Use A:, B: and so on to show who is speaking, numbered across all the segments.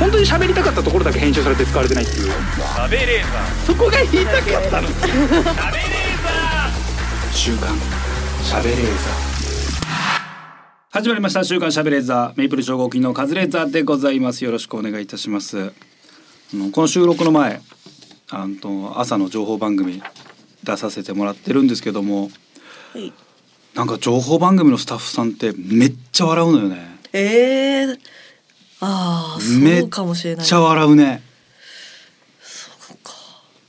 A: 本当に喋りたかったところだけ編集されて使われてないっていう
B: 食べれーさ
A: そこが言いたかったの
B: 食べれ
A: 週刊しゃべれーザ始まりました週刊しゃべれーザーメイプル超合金のカズレーザーでございますよろしくお願いいたしますあのこの収録の前あの朝の情報番組出させてもらってるんですけども
C: はい
A: なんか情報番組のスタッフさんってめっちゃ笑うのよね
C: えー、ああ
A: め
C: そ
A: っ
C: うかもしれない
A: ちゃ笑うね
C: そうか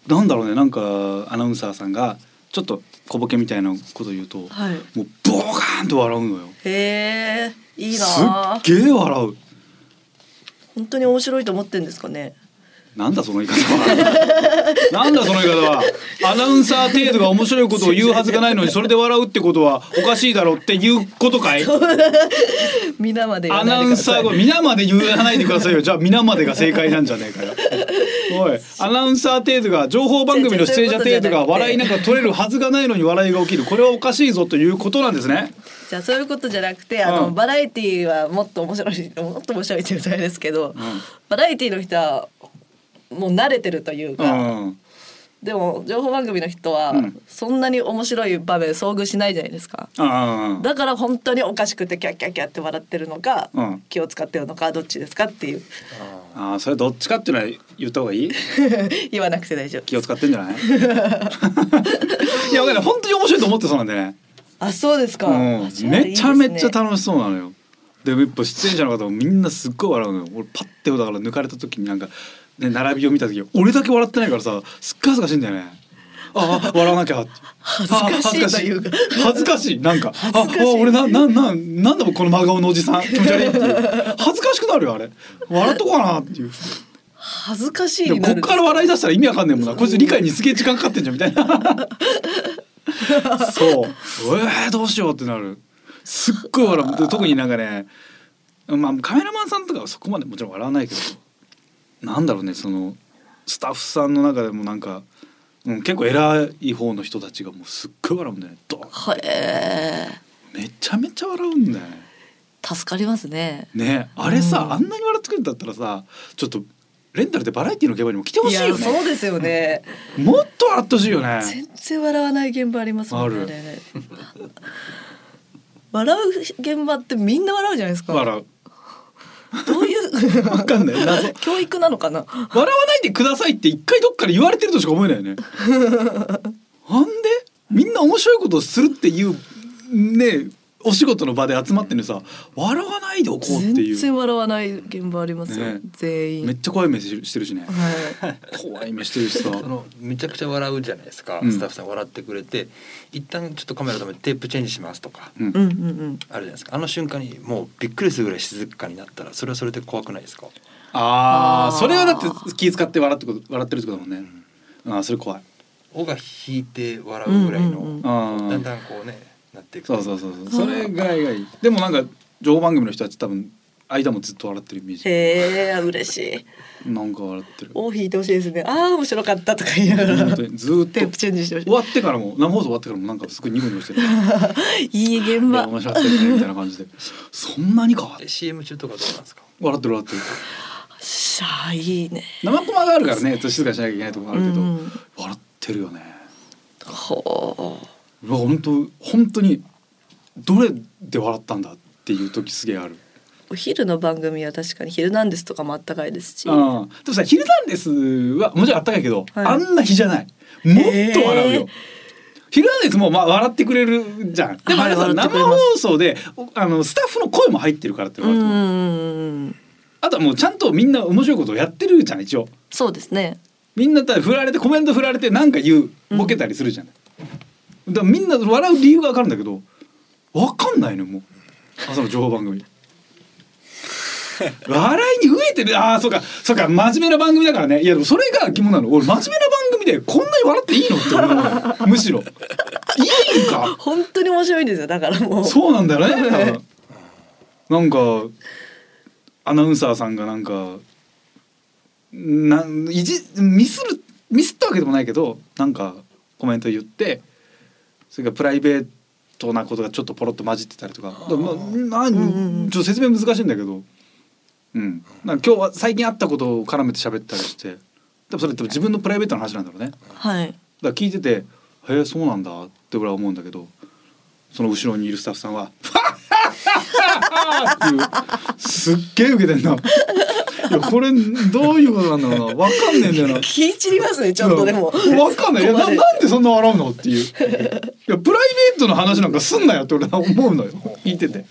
A: なんだろうねなんかアナウンサーさんがちょっと小ボケみたいなこと言うと、
C: はい
A: もうボーカーンと笑うのよ
C: へえー、いい
A: す
C: なあ
A: っげえ笑う
C: 本当に面白いと思ってんですかね
A: なんだその言い方はなんだその言い方はアナウンサー程度が面白いことを言うはずがないのにそれで笑うってことはおかしいだろうっていうことかい
C: 皆まで
A: アナウンサーが皆まで言わないでくださいよじゃあ皆までが正解なんじゃねえかよおいアナウンサー程度が情報番組の出演者程度が笑いなんか取れるはずがないのに笑いが起きるこれはおかしいぞということなんですね
C: じゃあそういうことじゃなくてあの、
A: うん
C: バラエティーはもっと面白いもっと面白いって言うとあれですけど、
A: ん
C: バラエティーの人はもう慣れてるという
A: う
C: か、
A: ん
C: でも情報番組の人は
A: うん
C: そんなに面白い場面遭遇しないじゃないですか、
A: あ
C: だから本当におかしくてキャッキャッキャって笑ってるのか、
A: うん
C: 気を使ってるのかどっちですかっていう
A: あーそれどっちかっていうのは言った方がいい
C: 言わなくて大丈夫
A: 気を使ってんじゃない いやわかんない本当に面白いと思ってそうなんでね
C: あそうですか、あじ
A: う
C: ゃ
A: ん、
C: あいい
A: めちゃめちゃ
C: ですね
A: 楽しそうなのよでもやっぱ出演者の方もみんなすっごい笑うのよ俺パッてだから抜かれた時になんか、ね、並びを見た時俺だけ笑ってないからさすっごい恥ずかしいんだよねああ笑わなきゃ
C: 恥ずかしいというか
A: あ恥ずかしいなんか
C: 恥ずかしい
A: ああ俺ななななんだもこの真顔のおじさん気持ち悪いっていう恥ずかしくなるよあれ笑っとこうかなっていう
C: 恥ずかしい
A: でも
C: にな
A: こ
C: る
A: っから笑い出したら意味わかんねえもんなこいつ理解にすげえ時間かかってんじゃんみた いなそうえー、どうしようってなるすっごい笑うで特になんかねまあカメラマンさんとかはそこまでもちろん笑わないけどなんだろうねそのスタッフさんの中でもなんか、うん、結構偉い方の人たちがもうすっごい笑うんだよねドーン
C: へえ
A: めちゃめちゃ笑うんだよね
C: 助かりますね
A: ねあれさ、
C: うん
A: あんなに笑ってくるんだったらさちょっとレンタルでバラエティの現場にも来てほ
C: い
A: しい
C: や
A: よね
C: そうですよね
A: もっと笑ってほしいよね
C: 全然笑わない現場ありますもん
A: ある
C: ねあれ ね笑う現場ってみんな笑うじゃないですか
A: 笑う
C: どういう
A: わかんない謎笑
C: 教育なのかな
A: わないでくださいって一回どっかで言われてるとしか思えないよねなんでみんな面白いことをするっていうねお仕事の場で集まってんのにさ笑わないでおこうって
C: 全
A: いう
C: 然笑わない現場ありますよ、
A: ね
C: 全員
A: めっちゃ怖い目してるしね
C: はい
A: 怖い目してるしさ
D: あのめちゃくちゃ笑うじゃないですか、
A: うん
D: スタッフさん笑ってくれて一旦ちょっとカメラ止めてテープチェンジしますとか
A: うん
C: うんうんうん
D: あるじゃないですかあの瞬間にもうびっくりするぐらい静かになったらそれはそれで怖くないですか
A: あ
C: あ
A: ー
C: ー
A: それはだって気遣って笑ってこと笑ってるってことだもんねあーそれ怖い
D: 尾が引いて笑うぐらいの、
C: うんうんうん
A: あ
D: だん
A: ー
D: だんこうねなっていく
A: そうそうそうそうそれぐらいがいいでもなんか情報番組の人たち多分間もずっと笑ってるイメージ
C: へえ嬉しい
A: なんか笑ってる
C: を引いてほしいですねああ面白かったとか言いなが
A: 本
C: ら
A: 当にずーっ
C: テープ
A: と
C: チェンジしてほし
A: 終わってからも生放送終わってからもなんかすごいニコニコして るい
C: いいい現
A: や
C: 場
A: 面白かったよねみたいな感じでそんなにか
D: え CM 中とかどうなんですか
A: 笑ってる笑ってる
C: しゃあいいね
A: 生駒があるからねちょっと静かにしなきゃいけないところがあるけど、
C: うん
A: 笑ってるよね
C: ほ
A: うわ本当本当にどれで笑ったんだっていう時すげえある
C: うお昼の番組は確かに「ヒルナンデス」とかもあったかいですし
A: ああでもさ「ヒルナンデス」はもちろんあったかいけど、
C: はい
A: あんな日じゃないもっと笑う
C: え
A: よ
C: ー。
A: ヒルナンデスもまあ笑ってくれるじゃん。でもあれさ、
C: はい笑って
A: 生
C: くれま
A: 放
C: す
A: 送でおあのスタッフの声も入ってるからっていうの
C: うん
A: が
C: う
A: あると
C: ん
A: 思う
C: うんうん
A: あとはもうちゃんとみんな面白いことをやってるじゃん一応。
C: そうですね
A: みんなただ振られてコメント振られてなんか言うボケたりするじゃない。だからみんな笑う理由がわかるんだけど、わかんないのよもう朝の情報番 組。笑いに飢えてるああそうかそうか真面目な番組だからねいやでもそれが疑問なの俺真面目な番組でこんなに笑っていいのって思うのむしろいいのか
C: 本当に面白いんですよだからもう
A: そうなんだよね。 多分なんかアナウンサーさんがなんかなんいじミスるミスったわけでもないけどなんかコメント言ってそれからプライベートなことがちょっとポロッと混じってたりとかだからまあな
C: うんうんうん
A: ちょっと説明難しいんだけどうん、なんか今日は最近あったことを絡めて喋ったりしてでもそれって自分のプライベートの話なんだろうねだか
C: はい
A: ら聞いてて「へえそうなんだ」って俺は思うんだけどその後ろにいるスタッフさんは 「っていうすっげえ受けてんな。いやこれどういうことなんだろうなわかんねえんだよな。
C: 気散りますねちょっとでも
A: うんわかんないいや
C: こ
A: な
C: こまで
A: なんでそんな笑うのっていういやプライベートの話なんかすんなよって俺は思うのよ聞いてて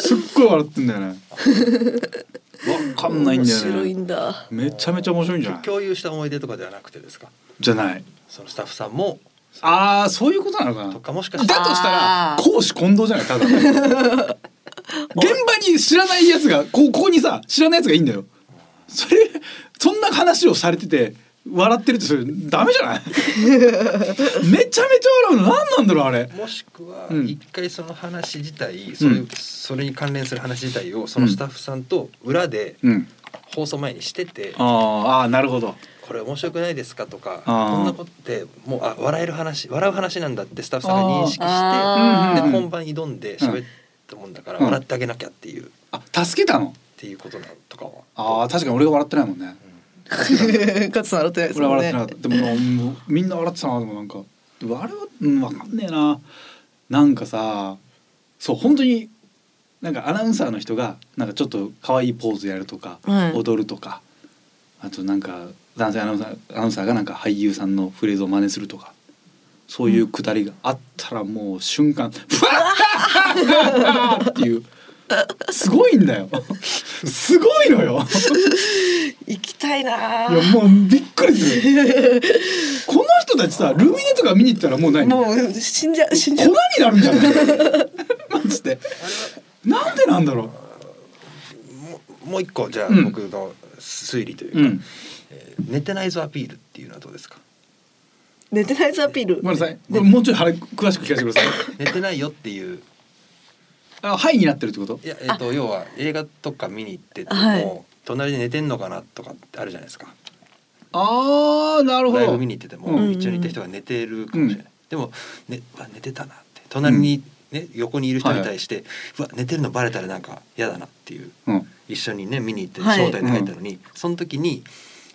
A: すっごい笑ってんだよねわかんないんだよ
C: 面白い
A: ね
C: んだ
A: めちゃめちゃ面白いんじゃない
D: 共有した思い出とかではなくてですか
A: じゃない
D: そのスタッフさんも
A: あーそういうことなのかな
D: とかもしか
A: だとし
D: し
A: た
D: たら
A: ら
C: あー
A: 公私混同じゃない ただの現場に知らないやつがこうここにさ知らないやつがいいんだよそれそんな話をされてて笑ってるってそれダメじゃ ないめちゃめちゃ笑うの何なんだろうあれ
D: もしくは
A: うん
D: 一回その話自体、それ
A: うん
D: それに関連する話自体をそのスタッフさんと裏で
A: うん
D: 放送前にしてて、
A: あーあーなるほど
D: これ面白くないですかとか
A: あー
D: こんなことってもうあ笑える話笑う話なんだってスタッフさんが認識し
C: あ
A: ー
D: て
A: うん
D: で
A: うんうん
D: 本番に挑んで喋ったもんだから
A: うん
D: 笑ってあげなきゃっていう、っ
A: あ助けたの
D: ていうことなのとかは
A: あー確かに俺が笑ってないもんね
C: 勝さん笑ってないです
A: 俺は
C: もん
A: 笑って
C: ね
A: なかったでもなもうみんな笑ってたなでもなんかでもあれは、うん、分かんねえななんかさそう本当になんかアナウンサーの人がなんかちょっと可愛いポーズやるとか、
C: はい
A: 踊るとかあとなんか男性アナウンサーアナウンサーがなんか俳優さんのフレーズを真似するとかそういうくだりがあったらもう瞬間「ふわっ!」っていうすごいんだよすごいのよ
C: 行きたいない
A: やもうびっくりする この人たちさルミネとか見に行ったらもう何粉
C: もう死んじゃ死んじゃ
A: に
C: う
A: なるんじゃないマジでなんでなんだろ
D: もうもう一個じゃあ
A: うん
D: 僕の推理という
A: う、
D: か、
A: うん、
D: えー寝てないぞアピールっていうのはどうですか
C: 寝てないぞアピール
A: ごめんなさいこれもうちょい腹詳しく聞かせてください
D: 寝てないよっていう
A: あはいになってるってこと
D: いや、えっと要は映画とか見に行ってても、
C: はい
D: 隣で寝てんのかなとかってあるじゃないですか
A: ああなるほ
D: ライ
A: ど
D: ブ見に行ってても、
A: うん
D: 一緒に行った人が寝てるかもしれない、でも、ね「うわ寝てたな」って隣に、ね横にいる人に対して「うわ寝てるのバレたらなんか嫌だな」っていう
A: うん
D: 一緒にね見に行って
C: はい
D: 招待で入ったのに、その時に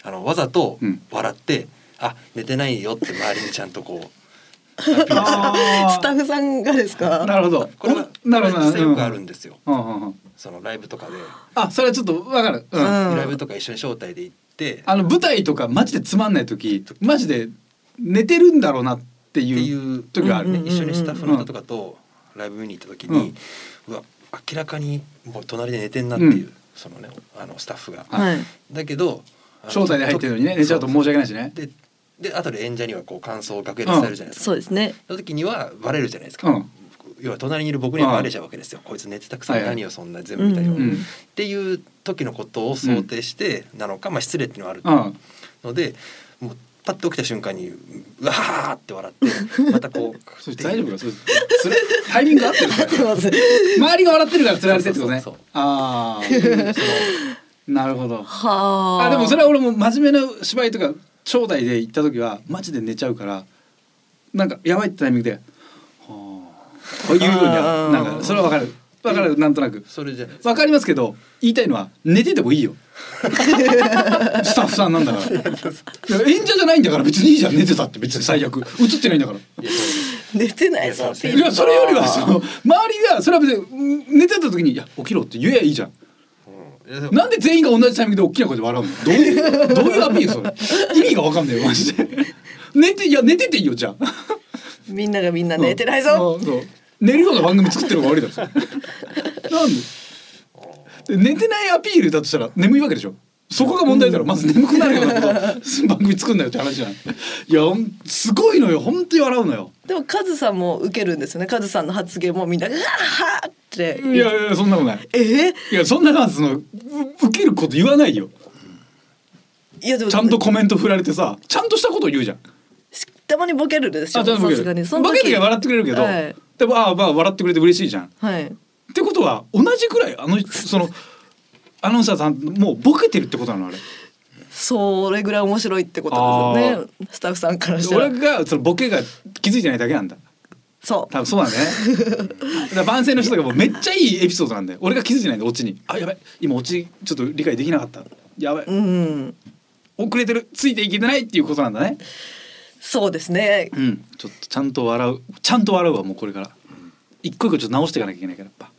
D: あのわざと
A: うん
D: 笑って「あ寝てないよ」って周りにちゃん とこうアピールする
A: あ
C: スタッフさんがです
A: ー
C: か
A: なるほど
D: これは
A: おなるほ
D: こ
A: ど
D: れは実際よくある
A: うん
D: んですよ、
A: うんうんうん
D: そのライブとかで、
A: あそれはちょっとわかる、うん
C: うん
D: ライブとか一緒に招待で行って。
A: あの舞台とかマジでつまんない時マジで寝てるんだろうなって
D: って
A: い
D: いうう
A: 時があるね
C: うんうん
D: 一緒にスタッフの方とかとライブ見に行った時に、うわ明らかにもう隣で寝てんなっていう、
A: うん
D: そのねあのスタッフが。
C: はい
D: だけどあの
A: 招待で入ってるのにね寝ちゃうと申し訳ないしね
D: そうでで後で演者にはこう感想を楽屋で伝えるじゃないですか。
C: そうですね
D: その時にはバレるじゃないですか。
A: うん
D: 要は隣にいる僕にはバレちゃうわけですよ。こいつ寝てたくさ
A: は
D: ん
A: いはい
D: 何をそんな全部見た
C: う
D: よ、
C: ん
A: うん
D: っていう時のことを想定してなのか、まあ失礼っていうのはある
A: うん
D: のでもうパッと起きた瞬間にうわーって笑ってまたこう
A: それ大丈夫かそれそれタイミング合ってる
C: 合ってます
A: 周りが笑ってるから釣られてるってことね
D: そうそうそう
A: ああ なるほど
C: はあ
A: あでもそれは俺も真面目な芝居とか招待で行った時はマジで寝ちゃうからなんかやばいってタイミングで「はあ」こういうようにはなんかそれはわかるわかるなんとなく
D: それじゃないですか
A: わかりますけど言いたいのは寝ててもいい よスタッフさんなんだからいや演者じゃないんだから別にいいじゃん寝てたって別に最悪映ってないんだから
D: いやそう
C: 寝てないぞ
D: いや
C: アピ
A: い
C: ール
A: やそれよりはその周りがそれは別にうん寝てた時に「いや起きろ」って言えばいいじゃん
D: うんいやでも
A: なんで全員が同じタイミングで大きな声で笑うのどういうどういうアピールそれ意味が分かんないよマジで寝ていや寝てていいよじゃあ
C: みんながみんな寝てないぞ
A: うんそう寝るような番組作ってる方が悪いだろそれなんでで寝てないアピールだとしたら眠いわけでしょそこが問題だろ、まず眠くなるようなこと番組作んなよって話じゃないいやほんすごいのよ本当に笑うのよ
C: でもカズさんも受けるんですよねカズさんの発言もみんなが「はあ!」って
A: いやいやそんなことない
C: えー
A: いやそんななんそのう受けること言わないよ
C: いやでも
A: ちゃんとコメント振られてさちゃんとしたことを言うじゃん
C: たまにボケるんですよ
A: ちゃんと
C: さ
A: ボケ
C: すがに
A: る
C: その
A: ボ
C: 時
A: ケる時は笑ってくれるけど、
C: はい
A: でもああまあ笑ってくれて嬉しいじゃんっ
C: はい
A: てことは同じくらいあのそのアナウンサーさんもうボケてるってことなのあれ
C: それぐらい面白いってことですよねスタッフさんからしたら
A: 俺がそのボケが気づいてないだけなんだ
C: そう
A: 多分そうだねだから番宣の人とかもめっちゃいいエピソードなんで俺が気づいてないんでオチに「あやばい今オチちょっと理解できなかったやばい
C: うん
A: 遅れてるついていけてない」っていうことなんだね
C: そうですね
A: うんちょっとちゃんと笑うちゃんと笑うわもうこれから一個一個ちょっと直していかなきゃいけないからやっぱ、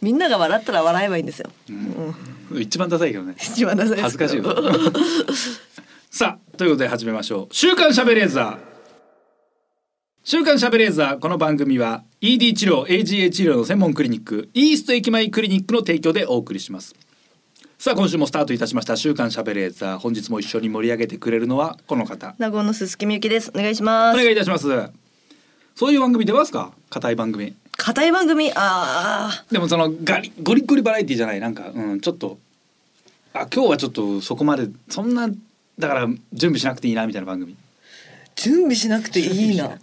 C: みんなが笑ったら笑えばいいんですよ、
A: う
C: うんん、
A: 一番ダサいけどね
C: 一番ダサいで
A: 恥
C: す
A: ず
C: け
A: か
C: ど
A: しいわ さあということで始めましょう「週刊しゃべレーザー」週刊しゃべレーザーこの番組は ED 治療 AGA 治療の専門クリニックイースト駅前クリニックの提供でお送りしますさあ今週もスタートいたしました「週刊しゃべレーザー」本日も一緒に盛り上げてくれるのはこの方
C: 名護のすすきみゆきですお願いしま
A: お
C: す
A: 願いいたしますそういう番組出ますか硬い番組
C: 硬い番組あ
A: でもそのガリゴリゴリバラエティじゃないなんか、うん、ちょっとあ今日はちょっとそこまでそんなだから準備しなくていいなみたいな 番組
C: ー準備しなくていいな
A: だか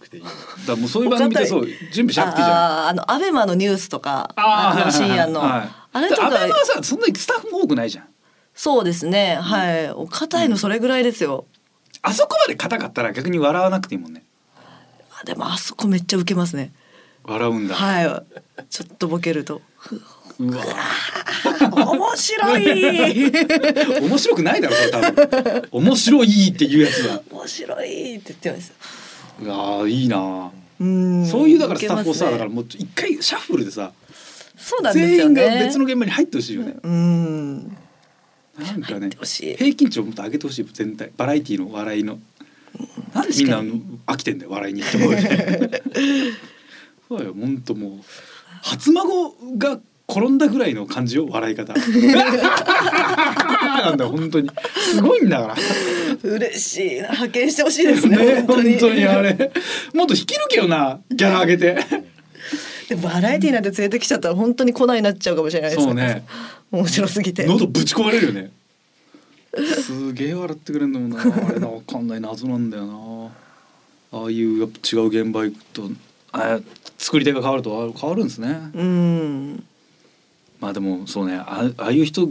A: らもうそういう番組でそう準備しなくていいじゃん。
C: あーあのアベマのニュースとかあの深夜の、あれとか
A: 頭はさそんなにスタッフも多くないじゃん。
C: そうですねはいお硬いのそれぐらいですよ、
A: あそこまで硬かったら逆に笑わなくていいもんね。
C: あでもあそこめっちゃウケますね
A: 笑うんだ。
C: はいちょっとボケると
A: うわ
C: 面白い
A: 面白くないだろそれ多分。面白いっていうやつは。
C: 面白いって言ってます
A: うわーいいな。
C: うん
A: そういうだからスタッフをさ、
C: ウ
A: だ
C: ケますね
A: からもう一回シャッフルでさ
C: そうなんです
A: 全
C: よ
A: 員
C: ね
A: が別の現場に入ってほしいよね。
C: うん
A: なんかね
C: ってほしい
A: 平均値をもっと上げてほしい全体バラエティの笑いの。なんでみんな飽きてんだよ笑いにって思うよねそうよ本当もう初孫が転んだぐらいの感じよ笑い方 なんだよ本当にすごいんだから
C: 嬉しいな派遣してほしいですね
A: ね
C: 本当に
A: 本当にあれもっと引き抜けよなギャラ上げて
C: でもバラエティーなんて連れてきちゃったら本当に来ないなっちゃうかもしれないです
A: そうね
C: 面白すぎて
A: 喉ぶち壊れるよね すげえ笑ってくれるんだもんなあれなわかんない謎なんだよなああいうやっぱ違う現場行くとあ作り手が変わるとあ変わるんですね
C: うん
A: まあでもそうねあああいう人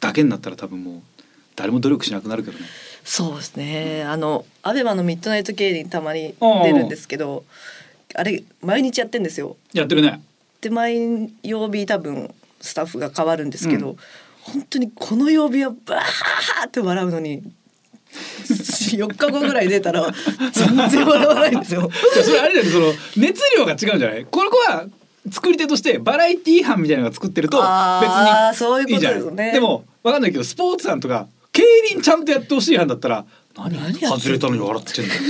A: だけになったら多分もう誰も努力しなくなるけどね
C: そうですねあのアベマのミッドナイト芸人たまに
A: ああ
C: 出るんですけどあれ毎日やってんですよ
A: やってるね
C: で毎曜日多分スタッフが変わるんですけど、
A: う
C: 本当にこの曜日はバーって笑うのに 4日後ぐらい出たら全然笑わない んですよ。
A: いやそれあれだよねその熱量が違うんじゃないこの子は作り手としてバラエティー班みたいなのが作ってると別
C: あーそういう
A: にい
C: こ
A: い
C: と
A: じゃ
C: で
A: な
C: す
A: い
C: ね
A: でもわかんないけどスポーツ班とか競輪ちゃんとやってほしい班だったら何
C: 何やってんの
A: 外れたのに笑ってんだよ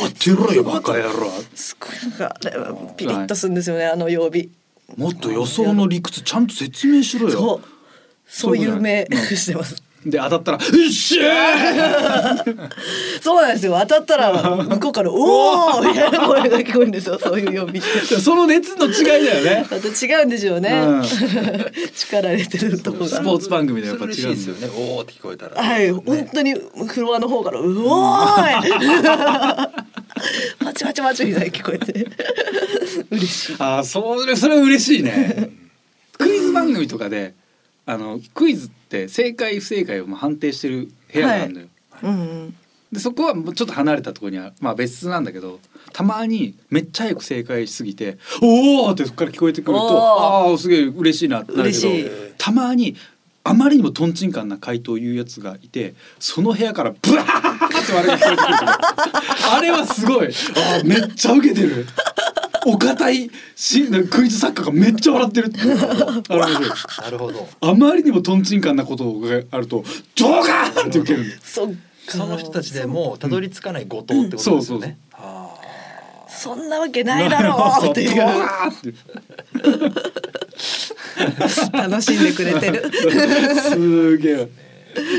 A: こいつ当てろよバカ野郎
C: すごいなんかあれはピリッとするんですよねあの曜日。
A: もっと予想の理屈ちゃんと説明しろよ
C: そうそういう目
A: そういうことだね
C: してます。
A: で当たったら「うっしゃー!」
C: そうなんですよ当たっ たら向こうから「おお!」みたいな声が聞こえるんですよそういう曜日っ て。
A: その熱の違いだよね
C: また違うんでしょうね。
A: うん
C: 力入れてるとこ
A: ス
C: が。
A: ポーツ番組でやっぱ違
D: 嬉しい
A: うん
D: で
A: です
D: す
A: よ
D: よねおおって聞こえたら
C: はい、本当にフロアの方か ら「うおーい! 」パチパチパチみたいに聞こえて嬉しい。
A: ああそれそれ嬉しいね。クイズ番組とかであのクイズって正解不正解をまあ判定してる部屋なんだよ。
C: うん
A: でそこはもうちょっと離れたところにはまあ別室なんだけどたまにめっちゃ早く正解しすぎて「おお!」ってそこから聞こえてくると
C: お
A: 「
C: ー
A: ああすげえ嬉しいな」ってなるけ
C: 嬉
A: ど
C: しい
A: たまにあまりにもとんちんかんな回答を言うやつがいてその部屋からブワーって笑いが聞こえてくる あれはすごいあーめっちゃウケてるお堅いしクイズ作家がめっちゃ笑ってる っていうあれ面白い
D: なるほど
A: あまりにもとんちんかんなことがあるとドガーンってウケる
C: そっか
D: その人たちでもうたどり着かない後藤ってことですよね、あ
C: そんなわけないだろ うってい
A: ドガ
C: う
A: ーンって
C: 楽しんでくれ てる
A: すげえ。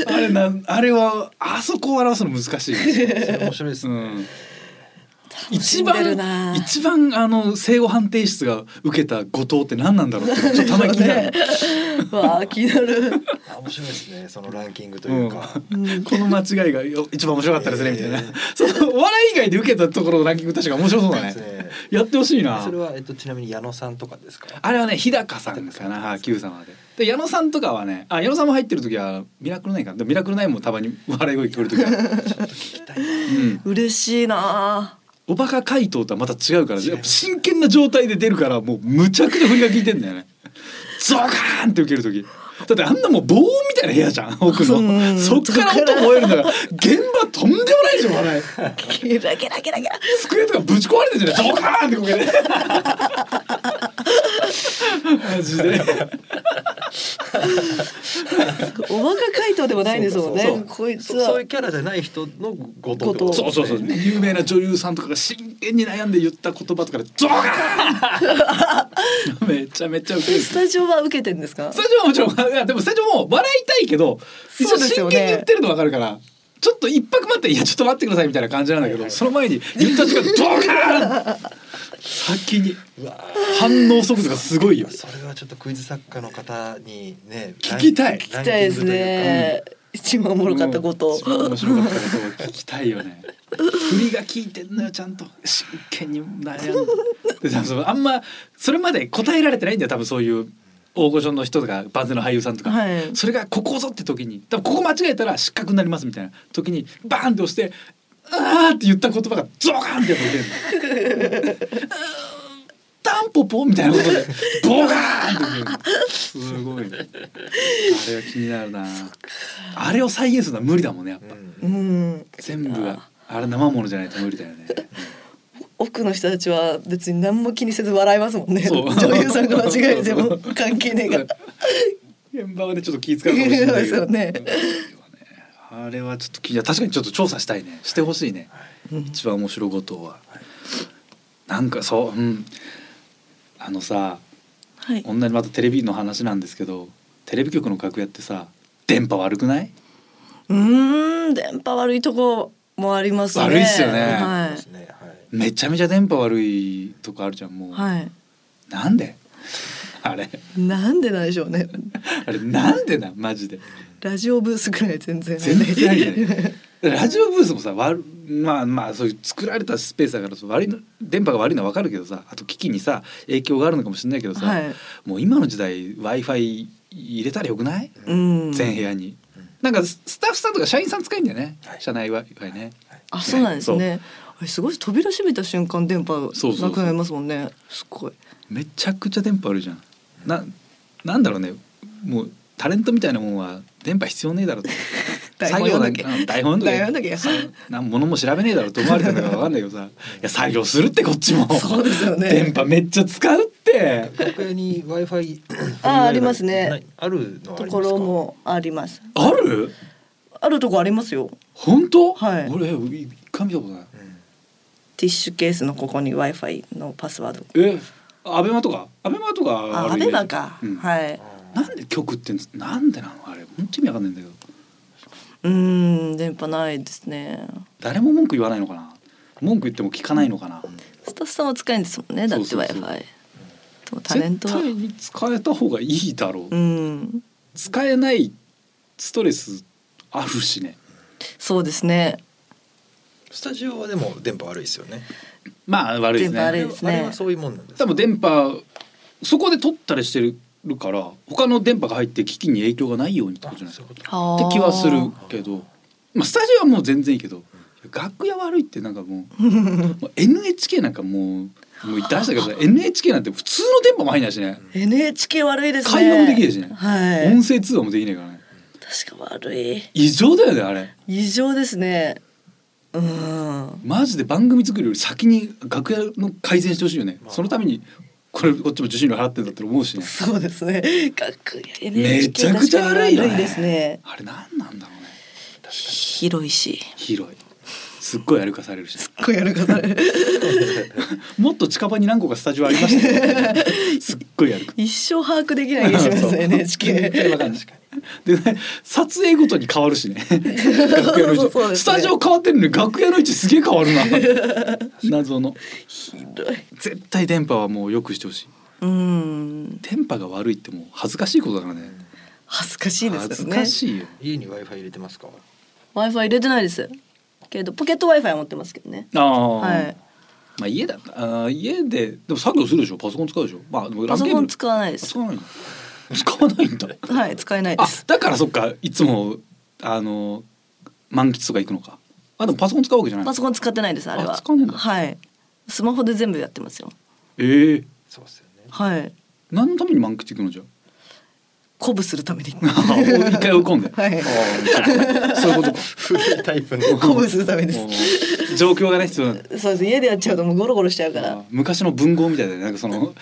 A: あれなん、あれは、あそこを表すの難しい。
D: ーそれ面白いです
A: う
D: ね、
A: ん。
C: 楽し
A: 一
C: んで
A: 番
C: るな、
A: 一番、あの、正誤判定室が受けた後藤って何なんだろうって、ちょっとたまに気に なる。
C: わあ気になる
D: あ面白いですねそのランキングと
A: う
D: い
A: ん
D: うか、
A: この間違いがよ一番面白かったですねみたいな、そのお笑い以外で受けたところのランキング確か面白そうだね
D: そうですね
A: やってほしいな
D: それはえっとちなみに矢野さんとかですか
A: あれはね日高さんかなはい Q さんまで。で矢野さんとかはねあ矢野さんも入ってる時はミラクルナインかなでも ミラクルナインもたまに笑い声聞こえる時ある、
D: ちょっと聞きたいな
A: うん、
C: 嬉しいな
A: おバカ回答とはまた違うからやっぱ真剣な状態で出るからもうむちゃくちゃ振りが効いてんだよねゾカーンって受ける時だってあんなもう棒みたいな部屋じゃ ん奥
C: う
A: の
C: ん
A: そっから音吠えるんだから現場とんでもないでしょ笑い
C: ゲラゲラゲラゲラ
A: 机とかぶち壊れてんじゃないドカーンってこけ てマジで
C: おバカ回答でもないんですもん
D: そう
C: ね
D: そう
C: こいつ
D: そそう
C: は
D: いうキャラじゃない人のごと
C: 後藤
A: そうそうそう有名な女優さんとかが真剣に悩んで言った言葉とかでゾカーン めちゃめちゃウケる
C: スタジオは受けてんですか
A: スタジオはもちろんいやでもスタジオも笑いたいけど一
C: そ
A: 応
C: うです
A: 真
C: よね
A: 剣に言ってるの分かるから、ちょっと一泊待って「いやちょっと待ってください」みたいな感じなんだけど、その前に言った時間ドカーン 先に
D: うわ
A: 反応速度がすごいよ
D: ー。それはちょっとクイズ作家の方にね
A: 聞きたい
D: ラ
A: 聞
D: ンキ
C: 聞
D: ング
C: きたいです
D: というか
C: ね一番おもろかったこと
A: うん面白かったことを聞きたいよね。振りが効いてんのよちゃんと真剣に悩んで。で多分そのあんまそれまで答えられてないんだよ多分そういう大御所の人とかバズの俳優さんとか、
C: はい
A: それがここぞって時に多分ここ間違えたら失格になりますみたいな時にバーンって押して「あー」って言った言葉がゾカンってやっぱ出るの。タンポポみたいなことでボガーンって出るのす ごいね。あれは気になるな。あれを再現するのは無理だもんねやっぱ。
D: うん
C: うん
A: 全部があれ生ものじゃないと無理だよね。
C: 奥の人たちは別に何も気にせず笑いますもんね
A: そう
C: 女優さんが間違えても関係ねえから
A: 現場はねちょっと気遣うかもしれ ないけ
C: そ
A: ど。
C: うね
A: んあれはちょっと気いや確かにちょっと調査したいねしてほしいね、一番面白いことは、なんかそううんあのさ
C: はい
A: 同じまたテレビの話なんですけどテレビ局の楽屋ってさ電波悪くないう
C: ーん電波悪いとこもありますね
A: 悪いっすよね
C: は
D: ですねはい
A: めちゃめちゃ電波悪いとこあるじゃんもう、
C: い、はい、
A: なんであれ
C: なんでなんでしょうね
A: あれなんでなマジで
C: ラジオブースくらい全然
A: 全然ないよねラジオブースもさ悪まあまあそういう作られたスペースだからそう悪いの電波が悪いのは分かるけどさあと機器にさ影響があるのかもしれないけどさ、
C: はい
A: もう今の時代 w i f i 入れたらよくない、
C: うん
A: 全部屋に。なんかススタッフさんとか社員さん使えんだよね、
D: はい
A: 社内 w i f i ね。
C: あそうなんですねあれすごい扉閉めた瞬間電波
A: そうそうそう
C: なくなりますもんねすごい
A: めちゃくちゃ電波悪いじゃん。ななんだろうねもうタレントみたいなもんは電波必要ねえだろうと
C: 台本読んだけ
A: 作業うん台本
C: だ
A: 読
C: よ
A: ん
C: だ
A: だ
C: け
A: なんものも調べねえだろうと思われてるのか分かんないけ どさいや作業するってこっちも
C: そうですよね
A: 電波めっちゃ使うって
D: 楽屋に Wi-Fi
C: あーありますね
D: ないあるのはあ
C: と
D: りますか
C: ころもあります
A: ある
C: あるとこありますよ
A: 本当、
C: はい
A: 俺一回見たことない
D: うん
C: ティッシュケースのここに Wi-Fi のパスワード
A: えアベマとかアベマとかあ
C: あア
A: るイメー
C: ベ
A: ジ
C: マか、
A: うん
C: はい
A: なんで曲ってなんでなのあれ本当意味わかんないんだけど
C: うーん電波ないですね
A: 誰も文句言わないのかな文句言っても聞かないのかな
C: スタッフさんは使えんですもんねだって
A: そうそうそう
C: Wi-Fi でもタレントは
A: 絶対に使えた方がいいだろう、
C: うん
A: 使えないストレスあるしね
C: そうですね
D: スタジオはでも電波悪いですよね。
A: まあ悪いですね
C: 電波悪いですね
D: あれはそういうもんなんです
A: 多
D: か。
A: 分電波そこで取ったりしてるから他の電波が入って機器に影響がないようにってことじゃないです
D: そ
A: か
D: うい
A: っ
D: うこと
C: は
A: て気はするけど、まあ、スタジオはもう全然いいけど楽屋悪いってなんかもうもう NHK なんかもうもう出したけどさ NHK なんて普通の電波も入んないしね
C: NHK 悪いですね
A: 会話もできないしね、
C: はい
A: 音声通話もできないからね
C: 確か悪い
A: 異常だよねあれ
C: 異常ですねうん
A: マジで番組作るより先に楽屋の改善してほしいよね、
D: まあ
A: そのためにこれこっちも受信料払ってんだったら思うしね
C: そうですね学園
A: めちゃくちゃ悪いよね
C: 確かに悪いですね
A: あれ何なんだろうね
C: 広いし
A: 広いすっごい歩かされるし
C: こうやる方
A: もっと近場に何個かスタジオありましたよ、 すっごい歩く
C: 一生把握できないです よ
A: そう
C: ね NHK
A: わかんないでね撮影ごとに変わるし ね楽屋の位
C: そう
A: 置
C: そうですね
A: スタジオ変わってるのに楽屋の位置すげえ変わる な謎の
C: 広い
A: 絶対電波はもう良くしてほしい
C: うん
A: 電波が悪いってもう恥ずかしいことだからね
C: 恥ずかしいです
A: 恥ず
C: よ
A: か
C: ね
A: しいよ
D: 家に Wi-Fi 入れてますか。
C: Wi-Fi 入れてないですけどポケット Wi-Fi は持ってますけどね
A: ああ、
C: はい
A: まあ家だあー家ででも作業するでしょパソコン使うでしょまあでも
C: パソコン使
A: わ
C: わないです
A: 使わないの使わないんだ
C: はい使えないで
A: あ
C: す
A: だからそっかいつもあの満喫とか行くのかあでもパソコン使うわけじゃない
E: パソコン使ってないですあれは
A: あ使わねえんだ
E: はいスマホで全部やってますよ
A: ええ
D: そうですよね
E: はい
A: 何のために満喫行くのじ ゃあ
C: 鼓舞するために
A: 一回追い込んで、
C: はい
A: ああそういうことか
D: 古いタイプ の
C: 鼓舞するためです
A: うん状況がね必要なんだ
C: そうです家でやっちゃうともうゴロゴロしちゃうから
A: 昔の文豪みたいだねなんかその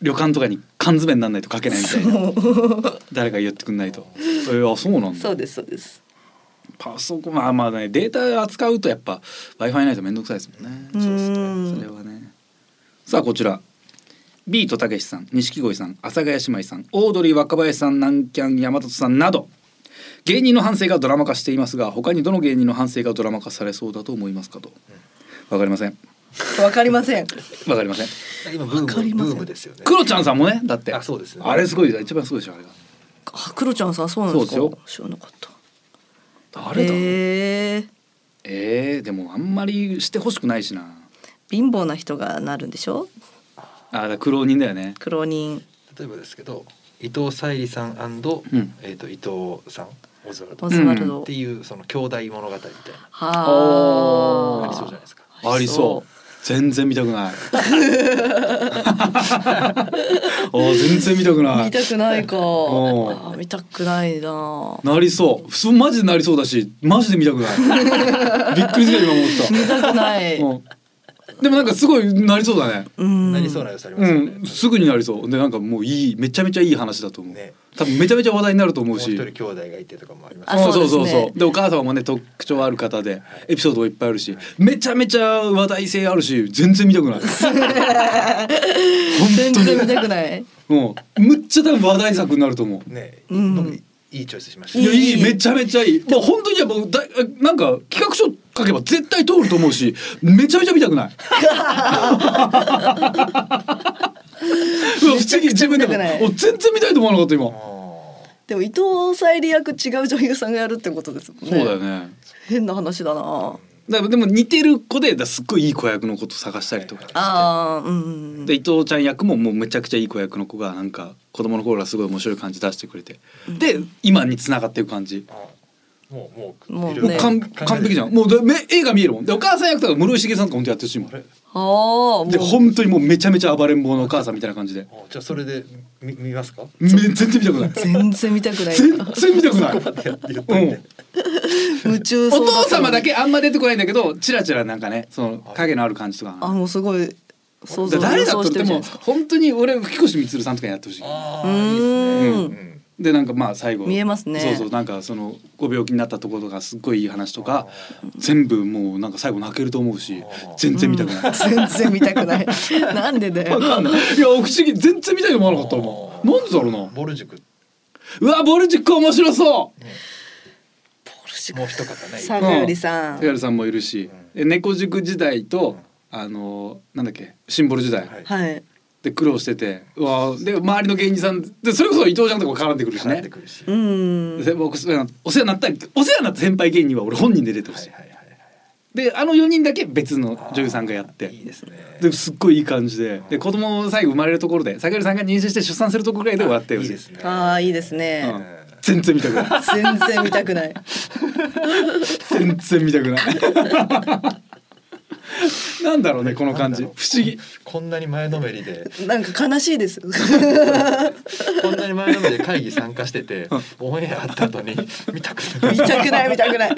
A: 旅館とかに缶詰にならないと書けないみたいな誰か言ってくんないとえー、あそうなんだ
C: そうですそうです
A: パソコンまあまあねデータ扱うとやっぱ w i f i ないと面倒くさいですもんね
E: うーん
A: それはねさあこちらビートたけしさん錦鯉さん阿佐ヶ谷姉妹さんオードリー若林さん南キャン山里さんなど芸人の反省がドラマ化していますが他にどの芸人の反省がドラマ化されそうだと思いますかとわかりません
C: わかりません
A: わかりません
D: 今ブーム
C: かりません
D: ブームですよね
A: クロちゃんさんもねだって
D: あそうですね
A: あれすごいです一番すごいでしょあれが
E: あクロちゃんさんそうなんですか
A: そうで
E: 知らなかった
A: 誰だ、
E: へえ
A: えー、でもあんまりしてほしくないしな
E: 貧乏な人がなるんでしょ
A: あだから苦労人だよね
E: 苦労人
D: 例えばですけど伊藤沙莉さん、
A: ん
D: えー、と伊藤さんオズワルド
E: オズワルド、
D: っていうその兄弟物語みたいな
E: は
A: あー
D: ありそうじゃないですか
A: ありそう。全然見たくない。 お全然見たくない
C: 見。たくないかあ
A: おう
E: あ見たくないな
A: なりそう。そうマジでなりそうだし、マジで見たくない。びっくりするよ
E: 見たくな
A: 今
E: い、
A: 思った。うん、でもなんかすごいなりそうだね。
E: うん、
D: なりそうな様子ありま
A: う
D: すよね
A: ん、すぐになりそう。でなんかもういい、めちゃめちゃいい話だと思う。
D: ね
A: 多分めちゃめちゃ話題になると思う
D: もう一
A: し。
D: 人兄弟がいてとかもあります
E: あ
A: うん
E: そうですね
A: でお母様もね特徴ある方でエピソードもいっぱいあるしめちゃめちゃ話題性あるし全然見たくない
E: 全
A: 本当
E: 然
A: に
E: 見たくない
A: もうむっちゃ多分話題作になると思う。
D: ね、
E: うん
D: 僕いいチョイスしました
A: いや
D: ね
A: いいめちゃめちゃいい。もう本当にやっぱだなんか企画書書けば絶対通ると思うし、めちゃめちゃ見た くない。うわ普通に自分でも
C: めちゃくちゃ見たくない
A: お全然見たいと思わなかった今。
C: でも伊藤沙莉役違う女優さんがやるってことですもんね
A: そうだよね。
E: 変な話だな
A: だからでも似てる子でだからすっごいいい子役の子と探したりとか。
E: あーうん
A: で伊藤ちゃん役ももうめちゃくちゃいい子役の子がなんか子供の頃からすごい面白い感じ出してくれて、で今に繋がっていく感じ。
D: あーもうもう
E: もうね
D: いろ
A: も
D: いうろ
A: 完
D: 考えて
A: 完璧じゃん。もうだめ絵が見えるもん。でお母さん役とか室井茂さんとか本当やってるしもん。
E: あー
A: で
E: もう
A: 本当にもうめちゃめちゃ暴れん坊のお母さんみたいな感じで。
D: あじゃあそれで見見ますか
A: め全然見たくない。
E: 全然見たくない
A: 全然見たくない。うん。
E: 夢中
A: お
E: そう
A: 父様だ
E: け
A: けあんま出てこないんだけど、チラチラなんかね、その影のある感じとか。
E: あもうすごい想
A: だ
E: 像
A: から誰だ
E: 予
A: っ
E: 想し
A: たって
E: てる
A: で
E: じゃな
A: も
E: いですか
A: 本当に俺吹越光さんとかにやってほしい。
D: あ
E: う
D: あいいですね、
E: ー
D: うんん、
A: でなんかまあ最後
E: 見えますね
A: そうそうなんかそのご病気になったところとかすっごいいい話とか全部もうなんか最後泣けると思うし全然見たくない。
C: 全然見たくない なんでだ
A: わ
C: よ
A: かんない。いや不思議全然見たいと思わなかったもん。なんでだろうな。
D: ボル塾
A: うわボルジック面白そう。
D: もう一方ね
C: さがよりさん
A: 手軽さんもいるし、で猫塾時代と、あのーなんだっけシンボル時代、
D: はい
C: はい
A: で苦労しててうわーで周りの芸人さんでそれこそ伊藤ちゃんとかも絡んでくるし
D: 絡ん
A: ね
D: でくるし、
C: う
D: は
C: ん
A: で僕お世話になったお世話になった先輩芸人は俺本人で出てほしい、
D: いはいはい
A: であの4人だけ別の女優さんがやって
D: いいですね
A: ですっごいいい感じでで子供最後生まれるところで桜井さんが妊娠して出産するところぐらいで終わって
D: い
A: ほ
D: い
A: しい
D: ですね
C: ああいいです
A: う
C: ね、
A: ん全然見たくない
C: 全然見たくない
A: 全然見たくないなんだろうねこの感じ不
D: なんだろう
A: 思議
D: こんなに前のめりで
C: なんか悲しいです
D: こんなに前のめりで会議参加しててオンエアあった後に見たくな
C: 見
D: い
C: たくない見たくない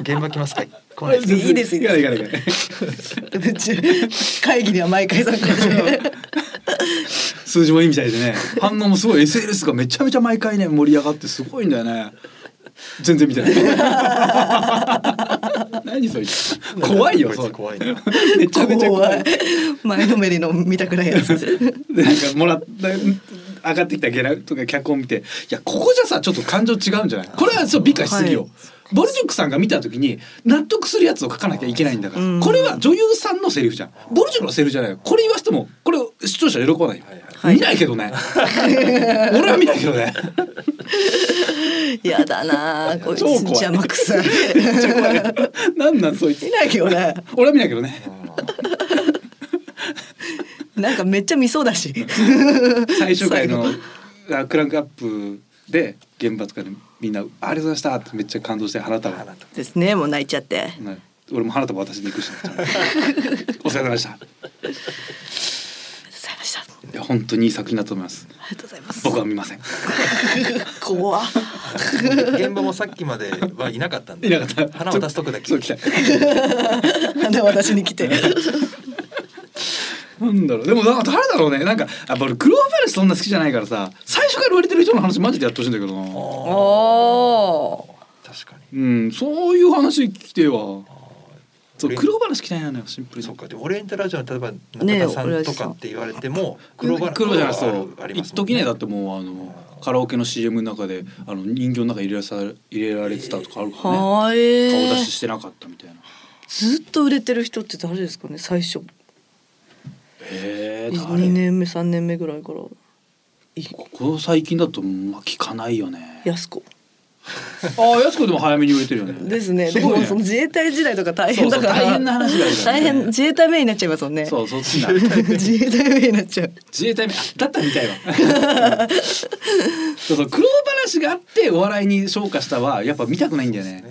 D: 現場来ますか来ないです
C: いいですいいです
A: いやいやいや
C: うち会議には毎回参加して
A: 数字もいいみたいでね反応もすごい SNS がめちゃめちゃ毎回ね盛り上がってすごいんだよね全然見てない 何それ怖いよ
D: こ
A: そ
D: いつ
A: う
D: 怖いな
A: めちゃめちゃ怖
C: 怖
A: い
C: い前のめりの見たくないやつ
A: でなんかもらった上がってきたゲラとか脚本見ていやここじゃさちょっと感情違うんじゃないこれはそう美化しすぎよ、
E: はい
A: ボルジュックさんが見た時に納得するやつを書かなきゃいけないんだから、
E: うん
A: これは女優さんのセリフじゃんボルジュックのセリフじゃないよこれ言わせてもこれ視聴者喜ばないよ、
E: はい
A: 見ないけ どね俺は見ないけどね
E: やだなこいつ
A: 超怖い
E: 邪魔くさい
A: めっちゃ怖いなんなんそいつ
C: 見ないけどね
A: 俺は見ないけどね
C: なんかめっちゃ見そうだし
A: 最終回のあクランクアップで現場とかでみんな「ありがとうございました」ってめっちゃ感動して花束
D: あなた
E: ですねもう泣いちゃって
A: ね俺も花束私で行くしなお疲れ様でした
E: ありがとうございましたあ
A: いや本当にいい作品だと思います
E: りがとうございます
A: 僕は見ません
E: 怖っ
D: 現場もさっきまではいなかったんで
A: いなかった
D: 花渡すとこだけ
A: そう来た
C: 花渡しに来て
A: なんだろうでもな誰だろうねなんかやっぱ俺クローバレスそんな好きじゃないからさ最初から言われてる人の話マジでやってほしいんだけどな
E: お
D: あ
E: お
D: ー確かに
A: うんそういう話聞きてえわそう
D: 俺
A: 黒話聞きたいなのよシンプルに
D: そうかでオリエンタルラジオの例えば
E: ねえ
D: 中田さんとかって言われても黒バラ
A: 黒じゃないそ
D: 黒
A: う
D: バラありま
A: 一
D: すもん
A: 時ねだってもうあのカラオケの CM の中であの人形の中に入れらさ入れられてたとかあるからね
E: はー
A: 顔出
E: い
A: ししてなかったみたいな
C: ずっと売れてる人って誰ですかね最初
A: へえ
C: 2
A: 誰
C: 年目3年目ぐらいからい
A: ここ最近だとまあ聞かないよね
C: 安子
A: ああやす子でも早めに売れてるよね
C: ですね
A: す
C: で
A: ごい
C: も
A: ね
C: その自衛隊時代とか大
A: そ
C: 変
A: うそ
C: だ
A: う
C: から
A: 大変な話だよね
E: 大変自衛隊名になっちゃいますもんね
A: そうそうそっちだ
C: 自衛隊名になっちゃう
A: 自衛隊名あだったら見たいわ そうそう苦労話があってお笑いに昇華したはやっぱ見たくないんだよね
D: ね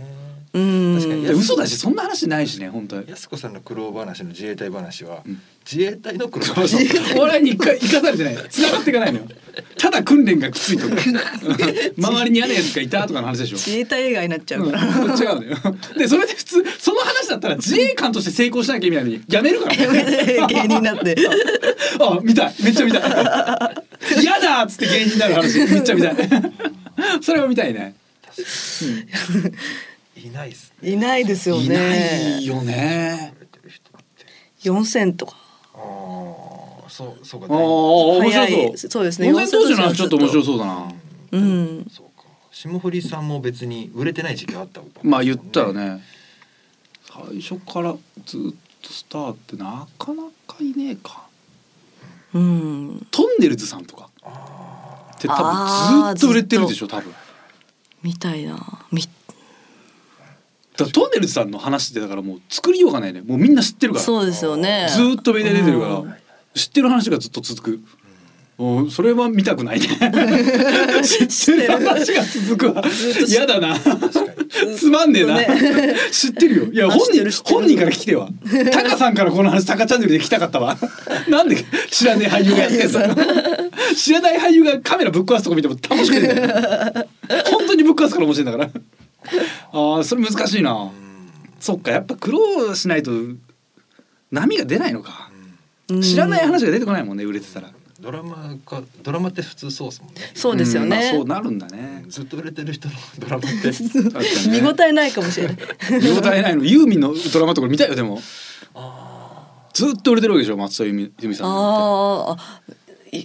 E: うーん
D: 確かに
A: いや嘘だしそんな話ないしね本当に
D: やす子さんの苦労話の自衛隊話は、
A: ん
D: 自衛隊の苦労
A: そう
D: 話
A: そうお笑いに行か行かされてない繋がっていかないのよただ訓練がくっついてる 周りに嫌なやつがいたとかの話でしょ
E: 自衛隊映画になっちゃ
A: う、
E: うんから、
A: 違うのよでそれで普通その話だったら自衛官として成功しなきゃいけないのにやめるからね
E: 芸人になって
A: あ見たいめっちゃ見たい 嫌だっつって芸人になる話めっちゃ見たい それを見たいね
D: いないですね
C: いないですよ
A: いな
C: ね
A: いよね
D: 言われてる人って
C: 4000とか
D: ああそうそうか
A: ああ
D: 大
A: 面白
C: 早
A: そう
C: いそうですね
A: 温泉当時の話ちょっと面白
C: そ
A: そうだな
E: うん
D: そうか霜降りさんも別に売れてない時期があったわけですもん
A: まあ言ったらね最初からずっとスターってなかなかいねえか
E: うん
A: トンネルズさんとかって多
E: あ
A: 分
E: ー
A: ずっと売れてるでしょ多分
E: みたいなみ
A: だからトンネルズさんの話ってだからもう作りようがないねもうみんな知ってるから
E: そうですよね
A: ずーっとメディア出てるから、
E: うん
A: 知ってる話がずっと続く。おそれは見たくないね。知ってる話が続く わ。嫌だな。
D: 確かに
A: つまんねえな。知ってるよ。いや
C: あ
A: 本
C: 知って
A: 人
C: る知ってる
A: 本人から聞きては。タカさんからこの話タカチャンネルで聞きたかったわ。なんで知らねえ俳優がやってんだ。知らない俳優がカメラぶっ壊すとこ見ても楽しくねえ。本当にぶっ壊すから面白いんだから。ああそれ難しいな。そっかやっぱ苦労しないと波が出ないのか。知らない話が出てこないもんね売れてたら。
D: ドラマかドラマって普通そうですもんね
C: そうですよ
A: んまあ
C: ね、
A: そうなるんだね。
D: ずっと売れてる人の ドラマって
A: 確かにね
C: 見応えないかもしれない
A: 見応えないのユーミンのドラマとか見たいよでもずっと売れてるわけでしょ松田由美由美さんなんて
E: あーあい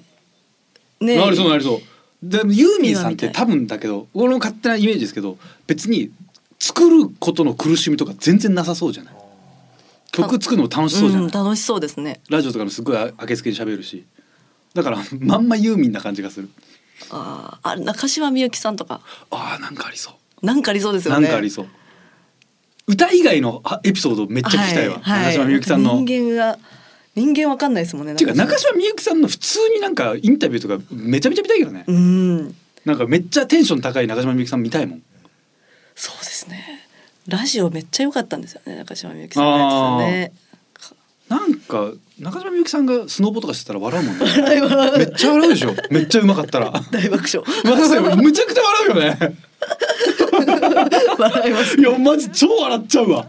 E: ねえ
A: なりそうなりそうでもユーミンさん
E: 今
A: って
E: みたい
A: 多分だけど俺の勝手なイメージですけど別に作ることの苦しみとか全然なさそうじゃない曲作るのも楽しそうじゃない、
E: ん、楽しそうですね
A: ラジオとかもすごいあけつけに喋るしだからまんまユーミンな感じがする
E: あーあ中島みゆきさんとか
A: あーなんかありそう
E: なんかありそうですよ
A: な
E: ね
A: んかありそう歌以外のあエピソードめっちゃ聞きたいわ、
E: はいはい
A: 中島みゆきさんの
C: 人間が人間わかんないですもんね
A: ていうか中島みゆきさんの普通になんかインタビューとかめちゃめちゃ見たいけどね、
C: うん
A: なんかめっちゃテンション高い中島みゆきさん見たいもん
C: そうですねラジオめっちゃ良かったんですよね中島みゆきさんのやつだね
A: なんか中島みゆきさんがスノボとかしてたら笑うもんねめっちゃ笑うでしょめっちゃうまかったら
C: 大爆笑
A: マジでむちゃくちゃ笑うよね
C: 笑います
A: いやマジ超笑っちゃうわ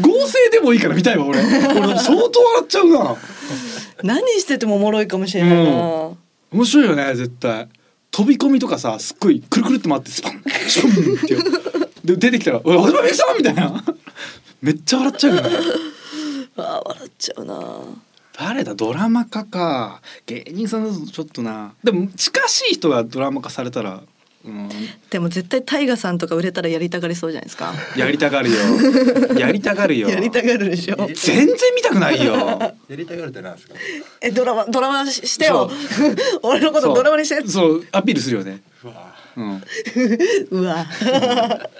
A: 合成でもいいから見たいわ俺俺相当笑っちゃうな
C: 何しててもおもろいかもしれないな、
A: う面白いよね絶対飛び込みとかさすっごいくるくるって回ってスパンシュンってよで出てきたら「おい小島みゆきさん!」みたいなめっちゃ笑っちゃうよね
C: あー笑っちゃうな
A: 誰だドラマ化か芸人さんだとちょっとなでも近しい人がドラマ化されたら、うん、
E: でも絶対タイガさんとか売れたらやりたがりそうじゃないですか
A: やりたがるよやりたがるよ
C: やりたがるでしょ
A: 全然見たくないよ
D: やりたがるってなんですか
C: えドラマドラマししてよ俺のこ
A: そ
C: と
A: う
C: ドラマにして
A: そうアピールするよね、
D: うわ
A: うん、
C: うわ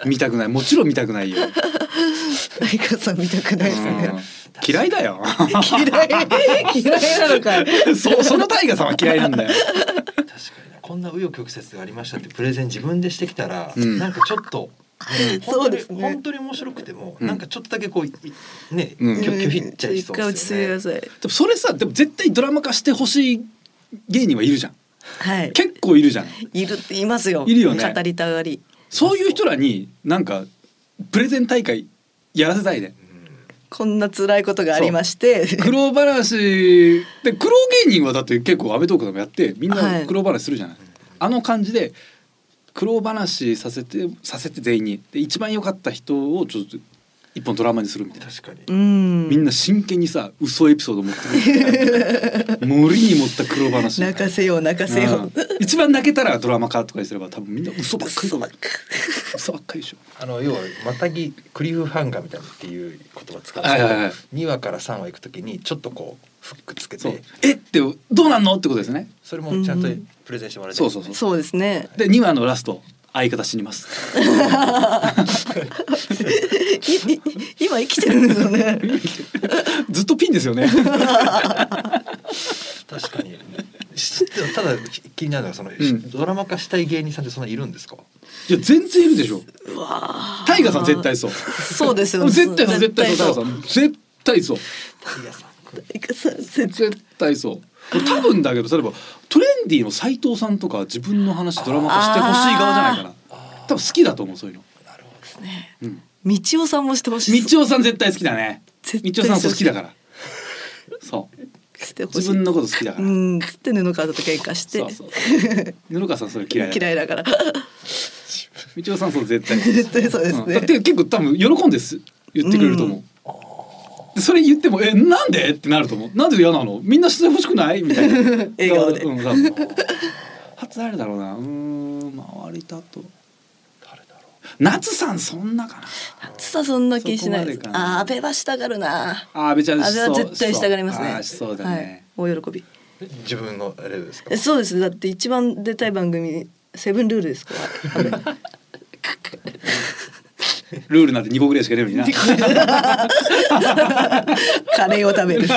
A: 見たくないもちろん見たくないよ、
C: 相川さん見たくないですね
A: うん嫌いだよ
C: 嫌い嫌いなのかい
A: そその大河さんは嫌いなんだよ
D: 確かになこんな紆余曲折がありましたってプレゼン自分でしてきたら、
A: うん
D: なんかちょっと。ね本
C: そう
D: 当に
C: ですね
D: 本当に面白くても、
A: うん
D: なんかちょっとだけこういね、
A: うん
D: 拒拒否っちゃい
E: 一
D: そう
E: 回落
D: で
E: ち着
D: す
E: いてく
D: よ
E: だ
D: ね。
E: さい。
A: でもそれさでも絶対ドラマ化してほしい芸人はいるじゃん
C: はい。
A: 結構いるじゃん
E: いるいますよ。
A: いるよね
E: 語りたがり。
A: そういう人らになんかプレゼン大会やらせたいね
E: こんな辛いことがありまして。
A: 苦労話で苦労芸人はだって結構『アメトーーク』でもやってみん
E: は
A: ない苦労話するじゃない、あの感じで苦労話させてさせて全員にで一番良かった人をちょっと一本ドラマにするみたいな、
D: 確かに。
E: うん。
A: みんな真剣にさ嘘エピソード持ってくる森に持った苦労話
C: 泣かせよう泣かせよ
A: うん一番泣けたらドラマ化とかにすれば多分みんな嘘 ばっかり
C: 嘘ばっか
A: 嘘ばっかりでしょ
D: あの要はまたぎクリフハンガーみたいなっていう言葉使うんです
A: はい
D: けど
A: はいはい
D: 2話から3話行くときにちょっとこうフックつけ
A: そう
D: て
A: えってどうなんのってことですね
D: それもちゃんと
E: うん
D: プレゼンしてもらいた
A: そ
D: いう
A: そ
D: です
A: う
D: ね
A: そう
E: そうですね。
A: で2話のラスト相方死にます
E: いい今生きてるんですよね。
A: ずっとピンですよね。
D: 確かにしただ気になるのはその、
A: ん
D: ドラマ化したい芸人さんってそんなにいるんですか
A: いや全然いるでしょ。タイガさん絶対そう。
E: そうですよね。
A: 絶対そう絶対そうタイガさん絶対そう
C: い
D: いやさ
C: かさせ
A: 絶対そう。多分だけど例えばトレンディの斉藤さんとか自分の話ドラマ化してほしい側じゃないかな。多分好きだと思うそういうの。
D: なるほど
A: うん。
E: 道夫さんもしてほしい。
A: 道夫さん絶対好きだね。
E: 絶
A: 道
E: 対
A: 夫さんそう好きだ から。そう。
E: してほしい。
A: 自分のこと好きだか
E: う
A: ら。
E: ん。つって布川と喧嘩して
A: そうそうそう。 布川さんそれ嫌いだ。
E: 嫌いだから。
A: 道夫さんそう絶対。
C: 絶対そうです
A: うんだっ
C: ね。
A: て結構多分喜んです言ってくれると思う、でそれ言っても「えなんで?」ってなると思う「なんで嫌なのみんなしてほしくない?」みたいな
C: 笑顔で
A: うん、多分初誰だろうなうーん周りだと
D: 誰だろう
A: 夏さんそんなかな
E: つさそんな気しないです
A: そこまでか。な
E: あー安倍はしたがるな。
A: あ安倍ちゃん
E: 安倍は絶対したがります
A: あ
E: ね。
A: ーしそうだね、
E: はい。大喜び。
D: え自分のあれですか
E: えそうですだって一番出たい番組セブンルールですから
A: ルールなんて2個ぐらいしか出るのにな
C: カレーを食べ る。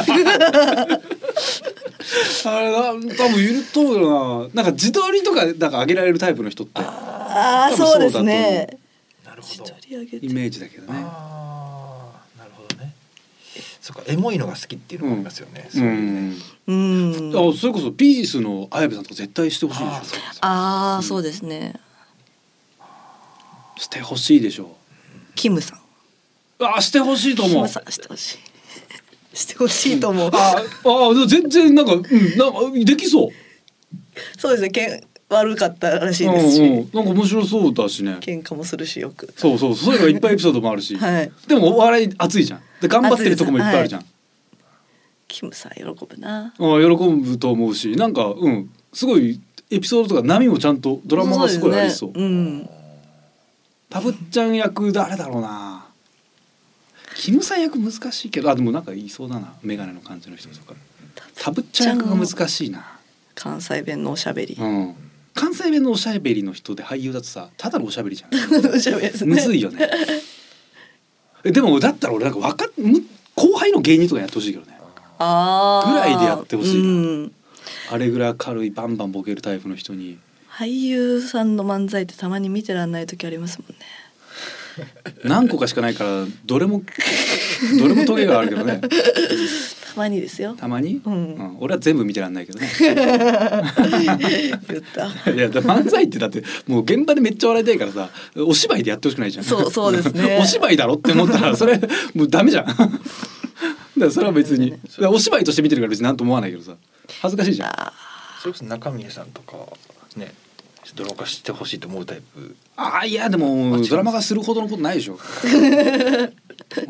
A: あれな多分いると思うよななんか自撮りとかなんか上げられるタイプの人って
E: あ
A: 多
E: あ
A: 分そうだ
E: そう
A: と
E: ですね
D: なるほ
E: 一
D: ど
E: 人上げ
A: イ
E: て
A: メージだけどね
D: ああなるほどねそっかエモいのが好きっていうのもありますよね、
A: う
D: そういうね
A: ん
E: うん
A: あそれこそピースの綾部さんとか絶対してほしいでしょ
D: ああそうかそうか
E: ああそうですね
A: してほしいでしょ
E: キムさん
A: うあしてほしいと
E: キ
A: 思う
E: ムさんしてほしい
C: してほしいと思う。
A: ああでも全然なんか、うん、なんかできそう
C: そうですね。けん悪かったらしいです
A: うんうん、
C: し、
A: なんか面白そうだしね
C: 喧嘩もするしよく。
A: そうそうそういうのがいっぱいエピソードもあるし、
C: はい
A: でもお笑い熱いじゃんで頑張ってるとこもいっぱいあるじゃん、
E: キムさん喜ぶな
A: あ喜ぶと思うしなんかうんすごいエピソードとか波もちゃんとドラマがすごいありそう
E: ですねうん
A: たぶっちゃん役誰だろうなキムさん役難しいけどあでもなんか言いそうだな眼鏡の感じの人とかたぶっちゃん役が難しいな、
E: 関西弁のおしゃべり
A: うん、関西弁のおしゃべりの人で俳優だとさただのおしゃべりじゃん
C: おしゃべりですね
A: むずいよねえでもだったら俺なんかわかむ後輩の芸人とかやってほしいけどね
E: ああ
A: ぐらいでやってほしいな
E: うん
A: あれぐらい明るいバンバンボケるタイプの人に
E: 俳優さんの漫才ってたまに見てらんない時ありますもんね
A: 何個かしかないからどれも どれもトゲがあるけどね
E: たまにですよ
A: たまに、
E: うん
A: 俺は全部見てらんないけどね
C: 言った。
A: いやだ漫才ってだってもう現場でめっちゃ笑いたいからさお芝居でやってほしくないじゃん
E: そうそうですね
A: お芝居だろって思ったらそれもうダメじゃん だからそれは別にだからお芝居として見てるから別に何とも思わないけどさ恥ずかしいじゃんあ
E: あ
D: それこそ中峰さんとかねドラマ化してほしいと思うタイプ
A: あーいやでもドラマがするほどのことないでしょも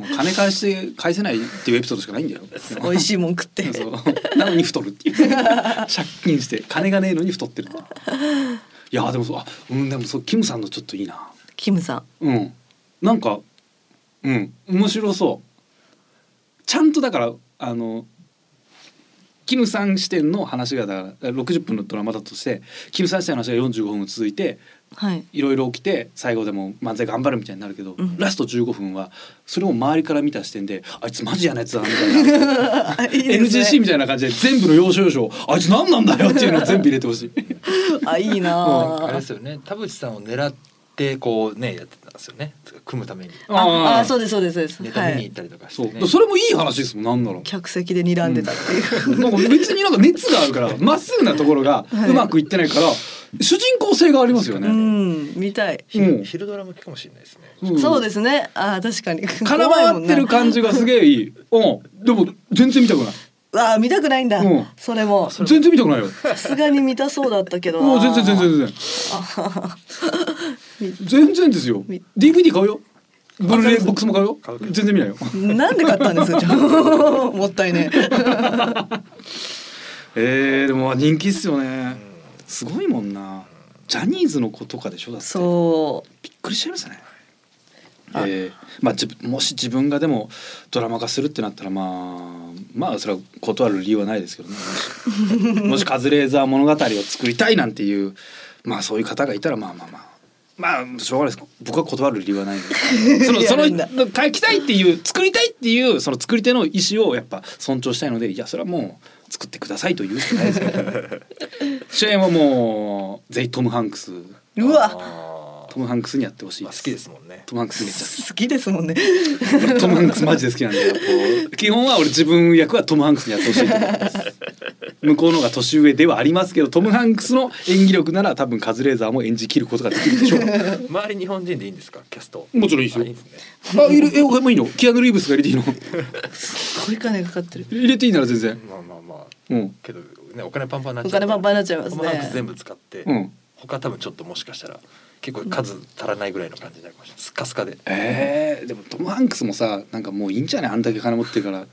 A: う金返して返せないっていうエピソードしかないんだよ
C: 美味しいもん食って。
A: そうなのに太るっていう 借金して金がねえのに太ってるっていういやでもそうあうんでもそうキムさんのちょっといいな
E: ーキムさん
A: うん、なんか、うん、面白そう。ちゃんとだから、あの。キムさん視点の話がだから60分のドラマだとしてキムさん視点の話が45分続いて
E: はい
A: いろいろ起きて最後でも漫才頑張るみたいになるけど、
E: うん
A: ラスト15分はそれを周りから見た視点であいつマジやなやつだなみたいな
C: いいですね
A: NGC みたいな感じで全部の要所要所あいつ何なんだよっていうのを全部入れてほしい。
E: あいいな
D: あれ
E: あ
D: ですよね田淵さんを狙ってこうねやってたんですよね組むために
E: ああそううですそうですそう
D: ネ
E: です
D: タ
E: は
D: 見に行
E: い
D: ったりとかし
A: そ
D: て
A: う
D: ね、
A: それもいい話ですもんなんなら
E: 客席で睨んでたっていう、
A: なんか別になんか熱があるからまっすぐなところが
E: はいう
A: まくいってないから主人公性がありますよ
E: う
A: ね。
E: ん見たい、
D: ひ
A: うん
D: 昼ドラ向きかもしれないですね
A: うん
E: そうですねああ確か に
A: 空回ってる感じがすげえいい。うん。でも全然見たくない。
E: あ見たくないんだ、
A: うん
E: それもさ
A: 全然見たくないよ。
E: すがに見たそうだったけどな
A: もう全然全然全然。全然ですよ。DVD 買うよ。ブルーレイボックスも買うよ
D: 買う。けど
A: 全然見ないよ。
E: なんで買ったんですかじゃ あもったいね
A: ええでも人気っすよね。すごいもんな。ジャニーズの子とかでしょだって。
E: そう
A: びっくりしちゃいましたね。えーまあ、自分もし自分がでもドラマ化するってなったらまあまあそれは断る理由はないですけどねもし もしカズレーザー物語を作りたいなんていうまあそういう方がいたらまあまあまあまあしょうがないです僕は断る理由はないん でそのその
E: やるんだ
A: 書きたいっていう作りたいっていうその作り手の意思をやっぱ尊重したいのでいやそれはもう作ってくださいと言うしかないですけど 主演はもうぜひトム・ハンクス
E: うわ
D: あー
A: トム・ハンクスにやってほしい
D: まあ好きですもんね
A: トム・ハンクスめっちゃ好き
E: 好きですもんね
A: トム・ハンクスマジで好きなんでこう基本は俺自分役はトム・ハンクスにやってほしいと思ってます向こうの方が年上ではありますけどトム・ハンクスの演技力なら多分カズレーザーも演じきることができるでしょう
D: 周り日本人でいいんですかキャスト
A: もちろんいいですよ
D: あいいですね
A: あいるえ俺もいいのキアヌ・リーブスが入れていいの
E: これ金かかってる
A: 入れていいなら全然
D: まあまあまあ
A: うん
D: けどねお金パンパンになっちゃ
E: お
D: うか
E: 金
D: ら
E: パンパンになっちゃいます
D: トムハンクス全
E: ね
D: 部使って、
A: うん
D: 他多分ちょっともしかしたら結構数足らないぐらいの感じになるかもしれないスッカスカで
A: えー、でもトム・ハンクスもさなんかもういいんじゃないあんだけ金持ってるから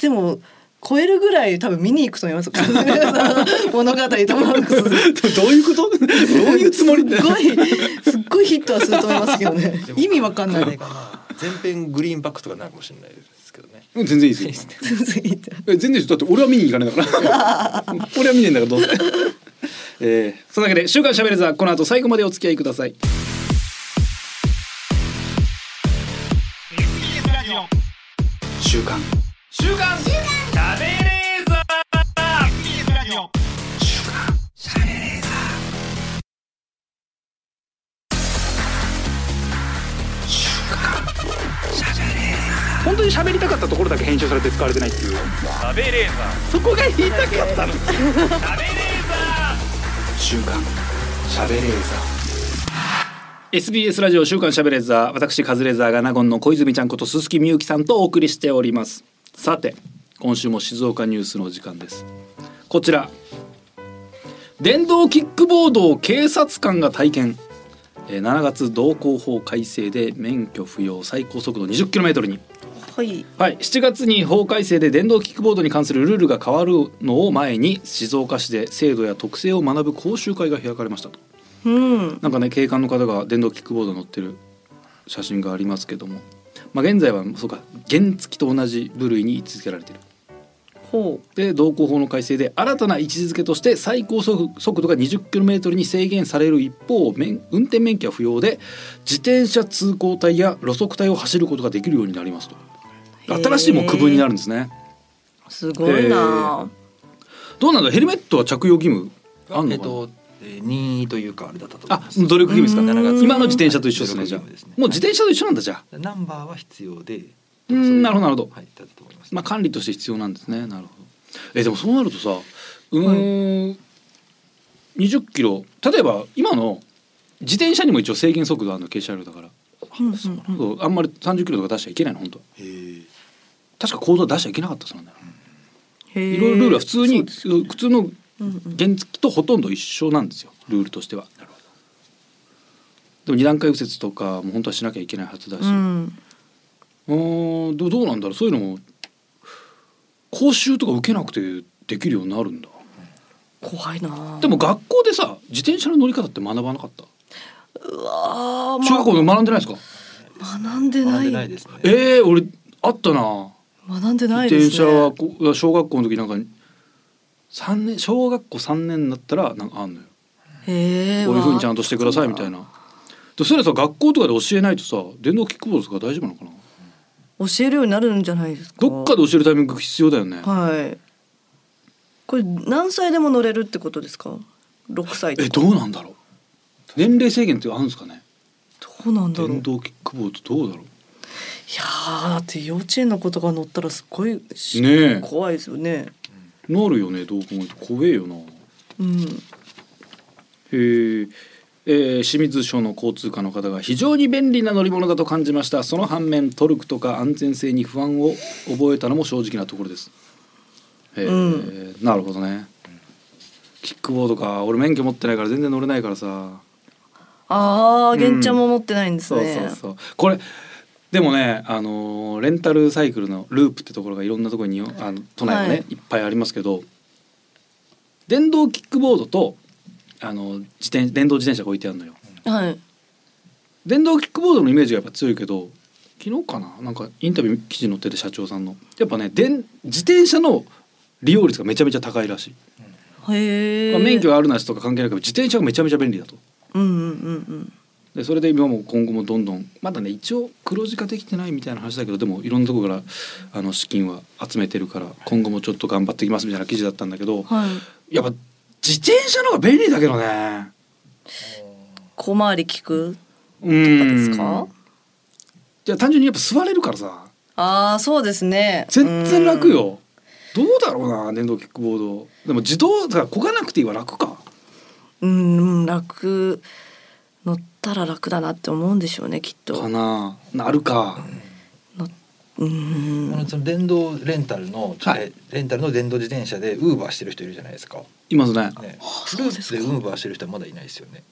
E: でも超えるぐらい多分見に行くと思います物語トム・ハンクス
A: どういうことどういうつもり
E: すごいすっごいヒットはすると思いますけどね
D: でも
E: 意味わかんな
D: 金
E: い
D: がな全編グリーンバックとかになるかもしれないですけどね
A: 全然いいですよ
E: 全然いいって
A: え全然ですだって俺は見に行かないんだから俺は見ねえんだからどうせえー、そんなわけで「週刊しゃべれざ」この後最後までお付き合いください
B: TBS ラジオ
A: 週刊
B: 食べレーザー TBS ラジオ
A: 本当に喋りたかったところだけ編集されて使われてないっていう
B: 食べレーザ
A: そこが言いたかったの
B: ー食べレーザ
A: 週刊しゃべれーザ SBS ラジオ週刊しゃべれーザ私カズレーザーが納言の小泉ちゃんこと鈴木みゆきさんとお送りしておりますさて今週も静岡ニュースのお時間ですこちら電動キックボードを警察官が体験えー7月道交法改正で免許不要最高速度 20km に
E: はい
A: はい、7月に法改正で電動キックボードに関するルールが変わるのを前に静岡市で制度や特性を学ぶ講習会が開かれましたと
E: うん
A: なんかね警官の方が電動キックボードに乗ってる写真がありますけども、まあ、現在はそうか原付と同じ部類に位置づけられている
E: ほ
A: で道交法の改正で新たな位置づけとして最高速速度が 20km に制限される一方免運転免許は不要で自転車通行帯や路側帯を走ることができるようになりますと
E: へー
A: 新しいもう区分になるんですね
E: うすごいな
A: どうなんだヘルメットは着用義務あん
D: え
A: の
D: っ
A: かな
D: とえー任意というかあれだったと思い
A: あ
D: ます
A: 努力義務ですか
D: 7月
A: 今の自転車と一緒ですねじゃあ
D: 努力義務ですね
A: もう自転車と一緒なんだじゃあ
D: ナンバーは必要で
A: うーんなるほどなるほど
D: はいだったと思います
A: まあ管理として必要なんですねなるほどえでもそうなるとさうーん20キロ例えば今の自転車にも一応制限速度あるの軽車両だから、
E: うんうんうん
A: そうあんまり30キロとか出しちゃいけないの本当は
D: へー
A: 確か行動は出しちゃいけなかったそうなんだよ、
E: へー
A: いろいろルールは普通
E: そう
A: に
E: です
A: 普通の
E: うんうん
A: 原付とほとんど一緒なんですよルールとしては。でも二段階右折とかも本当はしなきゃいけないはずだし、う
E: う
A: ーん、
E: ん
A: どうどうなんだろうそういうのも講習とか受けなくてできるようになるんだ。
E: 怖いな
A: でも学校でさ自転車の乗り方って学ばなかった。
E: うわー
A: 中
E: ま
A: 学校で学んでないですか。
E: あ学んで
D: 学
E: なん
D: で
E: い
D: ないですね
A: ええ俺あったな。
E: 学んでない
A: 自
E: ですね
A: 転車はこう小学校の時なんか三年小学校三年になったらなんかあんのよ。
E: へえ
A: こういうふうにちゃんとしてくださいみたいな。でそれさ学校とかで教えないとさ電動キックボードとか大丈夫なのかな。
E: 教えるようになるんじゃないですか
A: どっかで教えるタイミング必要だよね。
E: はいこれ何歳でも乗れるってことですか
C: 六歳と
A: え
C: か
A: どうなんだろう年齢制限ってあるんですかね
C: どうなんだろう
A: 電動キックボードどうだろう
C: いやーだって幼稚園の子とか乗ったらすごいし、
A: ねえ
C: 怖いですよね。
A: なるよねどう考えても怖えよなへ
C: うん。
A: ええー清水省の交通課の方が非常に便利な乗り物だと感じましたその反面トルクとか安全性に不安を覚えたのも正直なところですへえ、
C: うん
A: なるほどねキックボードか俺免許持ってないから全然乗れないからさ
C: ああ、
A: うん
C: 玄ちゃんも持ってないんです
A: そう
C: ね。
A: そうそうこれでもねあのーレンタルサイクルのループってところがいろんなところにあの都内はね、
C: はい
A: い、っぱいありますけど電動キックボードとあの自転電動自転車が置いてあるのよ
C: はい。
A: 電動キックボードのイメージがやっぱ強いけど昨日かななんかインタビュー記事載ってて社長さんのやっぱね電自転車の利用率がめちゃめちゃ高いらしい、
C: へえ。
A: まあ、免許。があるなしとか関係ないけど自転車がめちゃめちゃ便利だと
C: うんうんうん
A: でそれで今も今後もどんどんまだね一応黒字化できてないみたいな話だけどでもいろんなとこからあの資金は集めてるから今後もちょっと頑張っていきますみたいな記事だったんだけど
C: うん。はい。
A: やっぱ自転車の方が便利だけどね。
C: 小回り聞く。
A: うん
C: ですか
A: じゃあ単純にやっぱ座れるからさ
C: ああ、そうですね。
A: 全然楽よ。どうだろうな電動キックボードでも自動だからこがなくていいは楽か
C: うん。うん、うん、楽。乗ったら楽だなって思うんでしょうね、きっ
A: か
C: と。
A: ななるか
C: うん
D: あ。のその電動レンタルの、
A: はい
D: レンタルの電動自転車でウーバーしてる人いるじゃないですか。
A: いますね
D: ね、
C: そうですか
D: ループでウーバーしてる人はまだいないですよね。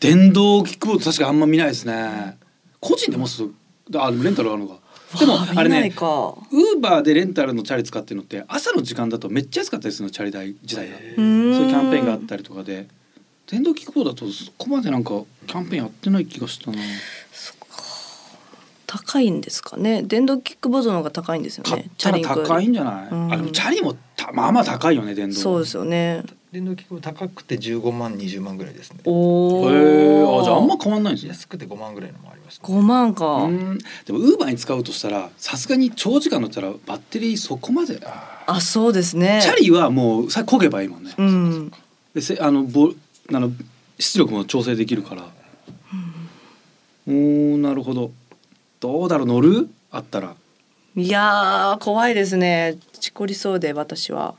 A: 電動キックボード確かあんま見ないですね個人でもすあレンタルあるのかでも
C: わ
A: あれ
C: 見ない
A: ね
C: か。
A: ウーバーでレンタルのチャリ使ってるのって朝の時間だとめっちゃ安かったりするのチャリ代時代が
D: へ
C: う
A: そ
C: ん。
A: ういうキャンペーンがあったりとかで電動キックボードだとそこまでなんかキャンペーンやってない気がしたな
C: 高いんですかね。電動キックボードの方が高いんですよ
A: 買っ
C: ね。
A: たら
C: ンコより
A: 高いんじゃない、
C: うん
A: あでもチャリもたまあまあ高いよね電動
C: そうですよね。
D: 電動キックボード高くて15万20万ぐらいですね。
C: おお。
A: へえあじゃああんま変わんないんですね
D: 安くて5万ぐらいのもあります、ね。
C: 五万か。
A: うんでもウーバーに使うとしたらさすがに長時間乗ったらバッテリーそこまであ
C: あ、そうですね。
A: チャリはもうさ焦げばいいもんね、
C: うん。
A: でせあのぼあの出力も調整できるから、うん、おーなるほどどうだろう乗るあったら
C: いやー怖いですね。事故りそうで私は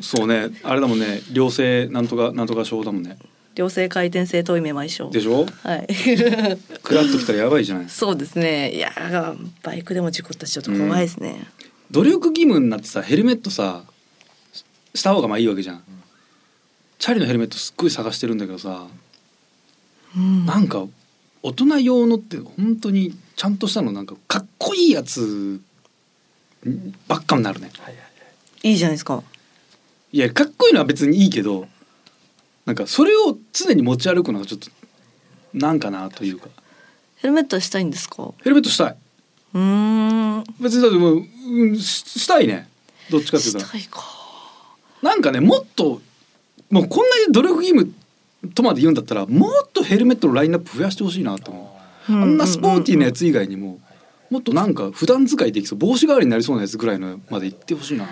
A: そうねあれだもんね良性なんとかなんとか症だもんね
C: 良性回転性遠いめまい症。
A: でしょ
C: はい。
A: クラッときたらやばいじゃない
C: そうですね。いやーバイクでも事故ったしちょっと怖いですね。
A: 努力義務になってさヘルメットさしした方がまあいいわけじゃんチャリのヘルメットすっごい探してるんだけどさ
C: うん。
A: なんか大人用のって本当にちゃんとしたのなんかかっこいいやつばっかになるね
D: はいはいはい。
C: いいじゃないですか。
A: いやかっこいいのは別にいいけどなんかそれを常に持ち歩くのがちょっとなんかなというか
C: ヘルメットはしたいんですか。
A: ヘルメットしたいう
C: ーん。
A: 別にだってもう、うん、ししたいねどっちかっていう
C: し
A: と
C: たいか。
A: なんかねもっともうこんなに努力義務とまで言うんだったらもっとヘルメットのラインナップ増やしてほしいなと思
C: あ
A: うあんなスポーティーなや
C: つ。
A: つ以外にももっとなんか普段使いできそう帽子代わりになりそうなやつぐらいのまで行ってほしいな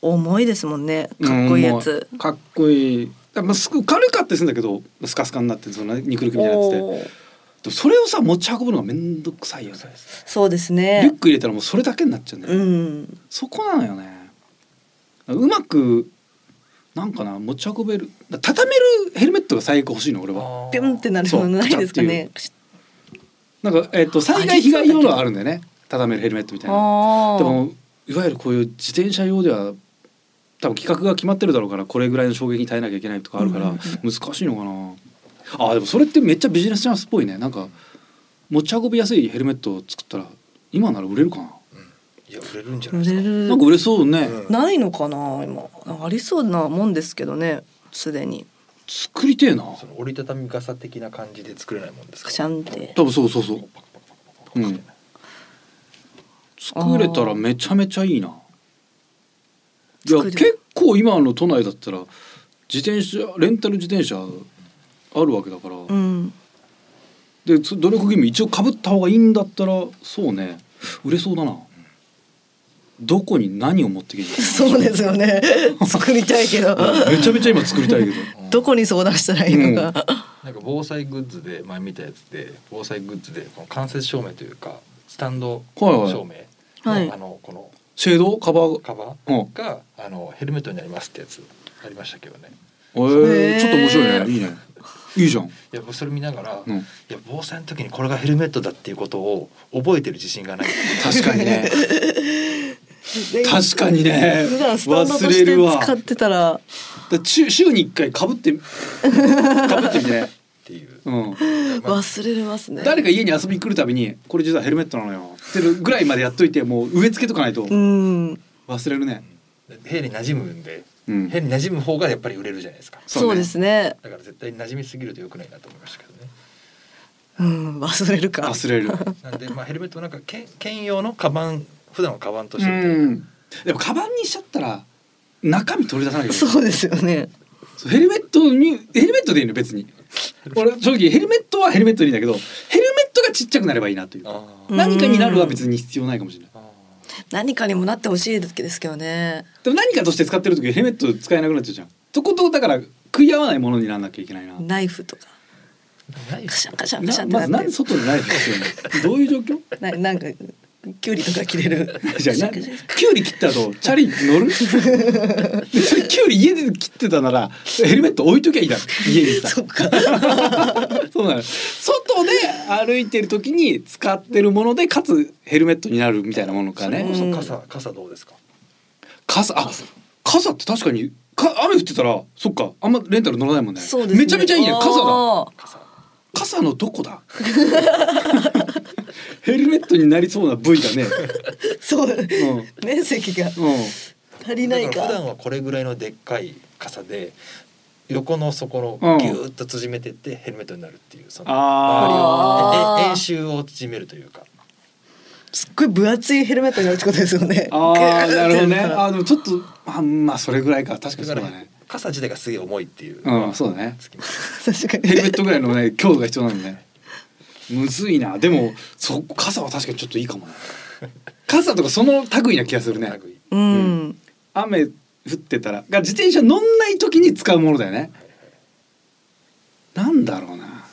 C: 重いですもんね。かっこいいや
A: うんも
C: つ
A: う。かっこいいだまあす軽かったりするんだけどスカスカになってその肉力みたいなやつでで
C: おー
A: もそれをさ持ち運ぶのがめんどくさいよね
C: そうです
A: リュ
C: ね
A: ッ。ク入れたらもうそれだけになっちゃうんだよね
C: うん。
A: そこなのよねうまくなんかな持ち運べるだ畳めるヘルメットが最悪欲しいの俺は
C: ピュンってなる
A: そう
C: ものないですかね。
A: なんか、えっと災害被害用のはあるんだよね畳めるヘルメットみたいな
C: ああ。
A: でもいわゆるこういう自転車用では多分規格が決まってるだろうからこれぐらいの衝撃に耐えなきゃいけないとかあるから難しいのかな、あでもそれってめっちゃビジネスチャンスっぽいねなんか持ち運びやすいヘルメットを作ったら今なら売れるかな、
D: いや売れるんじゃない
C: 売
D: です
C: れ
D: か。
C: る
A: なんか売れそうね、
D: うん
C: ないのかな今ありそうなもんですけどねすでに
A: 作りてえな
D: その折りたたみ傘的な感じで作れないもんですか
C: カ。シャンって
A: 多分そうそうそう
D: パカパカパカパ
A: う
D: カパカ
A: ん作れたらめちゃめちゃいいな。いや
C: 作れる
A: 結構今の都内だったら自転車レンタル自転車あるわけだから、
C: うん
A: でつ努力義務一応かぶった方がいいんだったらそうね売れそうだな。どこに何を持ってきてる
C: そうですよ ね作りたいけど
A: のめちゃめちゃ今作りたいけど
C: どこに相談したらいいのか、
D: なんか防災グッズで前見たやつで防災グッズでこの間接照明というかスタンド照明の、
C: はい
D: あのこの
A: シェードカバー
D: カバ
A: うん
D: ーが、あのヘルメットになりますってやつありましたけどね。
A: えー
C: へー
A: ちょっと面白いねいいねいいじゃん、
D: いやそれ見ながら、
A: う
D: い
A: ん、
D: や防災の時にこれがヘルメットだっていうことを覚えてる自信がない。
A: 確かに ね
C: で
A: 確かにね
C: 普段スタンドと
A: 忘
C: し
A: れる
C: て
A: わ
C: 使ってたら
A: だ週週に一回かぶってかぶってみてね、
D: っていう。
A: うん、
C: 忘れれますね
A: 誰か家に遊びに来るたびにこれ実はヘルメットなのよってるぐらいまでやっといてもう植え付けとかないと
C: うん
A: 忘れるね、
D: ヘに馴染むんで、
A: うん
D: ヘに馴染む方がやっぱり売れるじゃないですか。
C: そうですね
D: だから絶対馴染みすぎると良くないなと思いましたけどね。
C: うん忘れるか
A: 忘れる
D: なんでまあヘルメットなんかけん兼用のカバン普段はカバンとしてみたいな
A: うんでもカバンにしちゃったら中身取り出さなきゃいけない
C: そうですよね
A: そうヘルメットにヘルメットでいいの別に俺正直ヘルメットはヘルメットでいいんだけどヘルメットがちっちゃくなればいいなというか
D: あー
C: うん
A: 何かになるは別に必要ないかもしれない
D: あ
C: 何かにもなってほしいですけどね
A: でも何かとして使ってる時ヘルメット使えなくなっちゃうじゃんとことんだから食い合わないものにならなきゃいけないな
C: ナイフとか
D: ー。ない
C: カシャンカシャンカシャ
A: な
C: ンってな
A: ま
C: っ
A: ず
C: て
A: なんで外にないですよねどういう状 況
C: ななんかキュウリとか切れる
A: じゃあなキュウリ切った後チャリ 乗るそれキュウリ家で切ってたならヘルメット置いときゃいいだろ家にさ
C: そっか
A: そうなの外で歩いてる時に使ってるものでかつヘルメットになるみたいなものか
D: それこ
A: ね
D: そ傘傘どうですか。
A: 傘あ傘って確かにか雨降ってたらそっかあんまレンタル乗らないもんね
C: そうですね
A: めちゃめちゃいいね傘だ
C: あー
D: 傘。
A: 傘のどこだヘルメットになりそうな部位だね
C: そう、
A: う
C: 面積が
A: うん
C: 足りな
D: だ
C: い
D: から普
C: か
D: 段はこれぐらいのでっかい傘で横の底
A: うん
D: のギューッと縮めてってヘルメットになるっていうその
A: あ
C: ー
D: 周りをえ演習を縮めるというか
C: すっごい分厚いヘルメットになるってことですよね
A: あーなるほどね
C: グーってやるから
A: あでもちょっとあまあそれぐらいか確かに
D: だ
A: そ
D: か
A: うだ
D: ら
A: ね
D: 傘自体がすげえ重いっていう
A: うんそうだね
D: つきます
C: 確かに
A: ヘルメットぐらいの ね強度が必要なのねむずいなでもそ傘は確かにちょっといいかもね傘とかその類な気がするね
D: 類
C: うん、
A: 雨降ってたらが自転車乗んない時に使うものだよねなんだろうな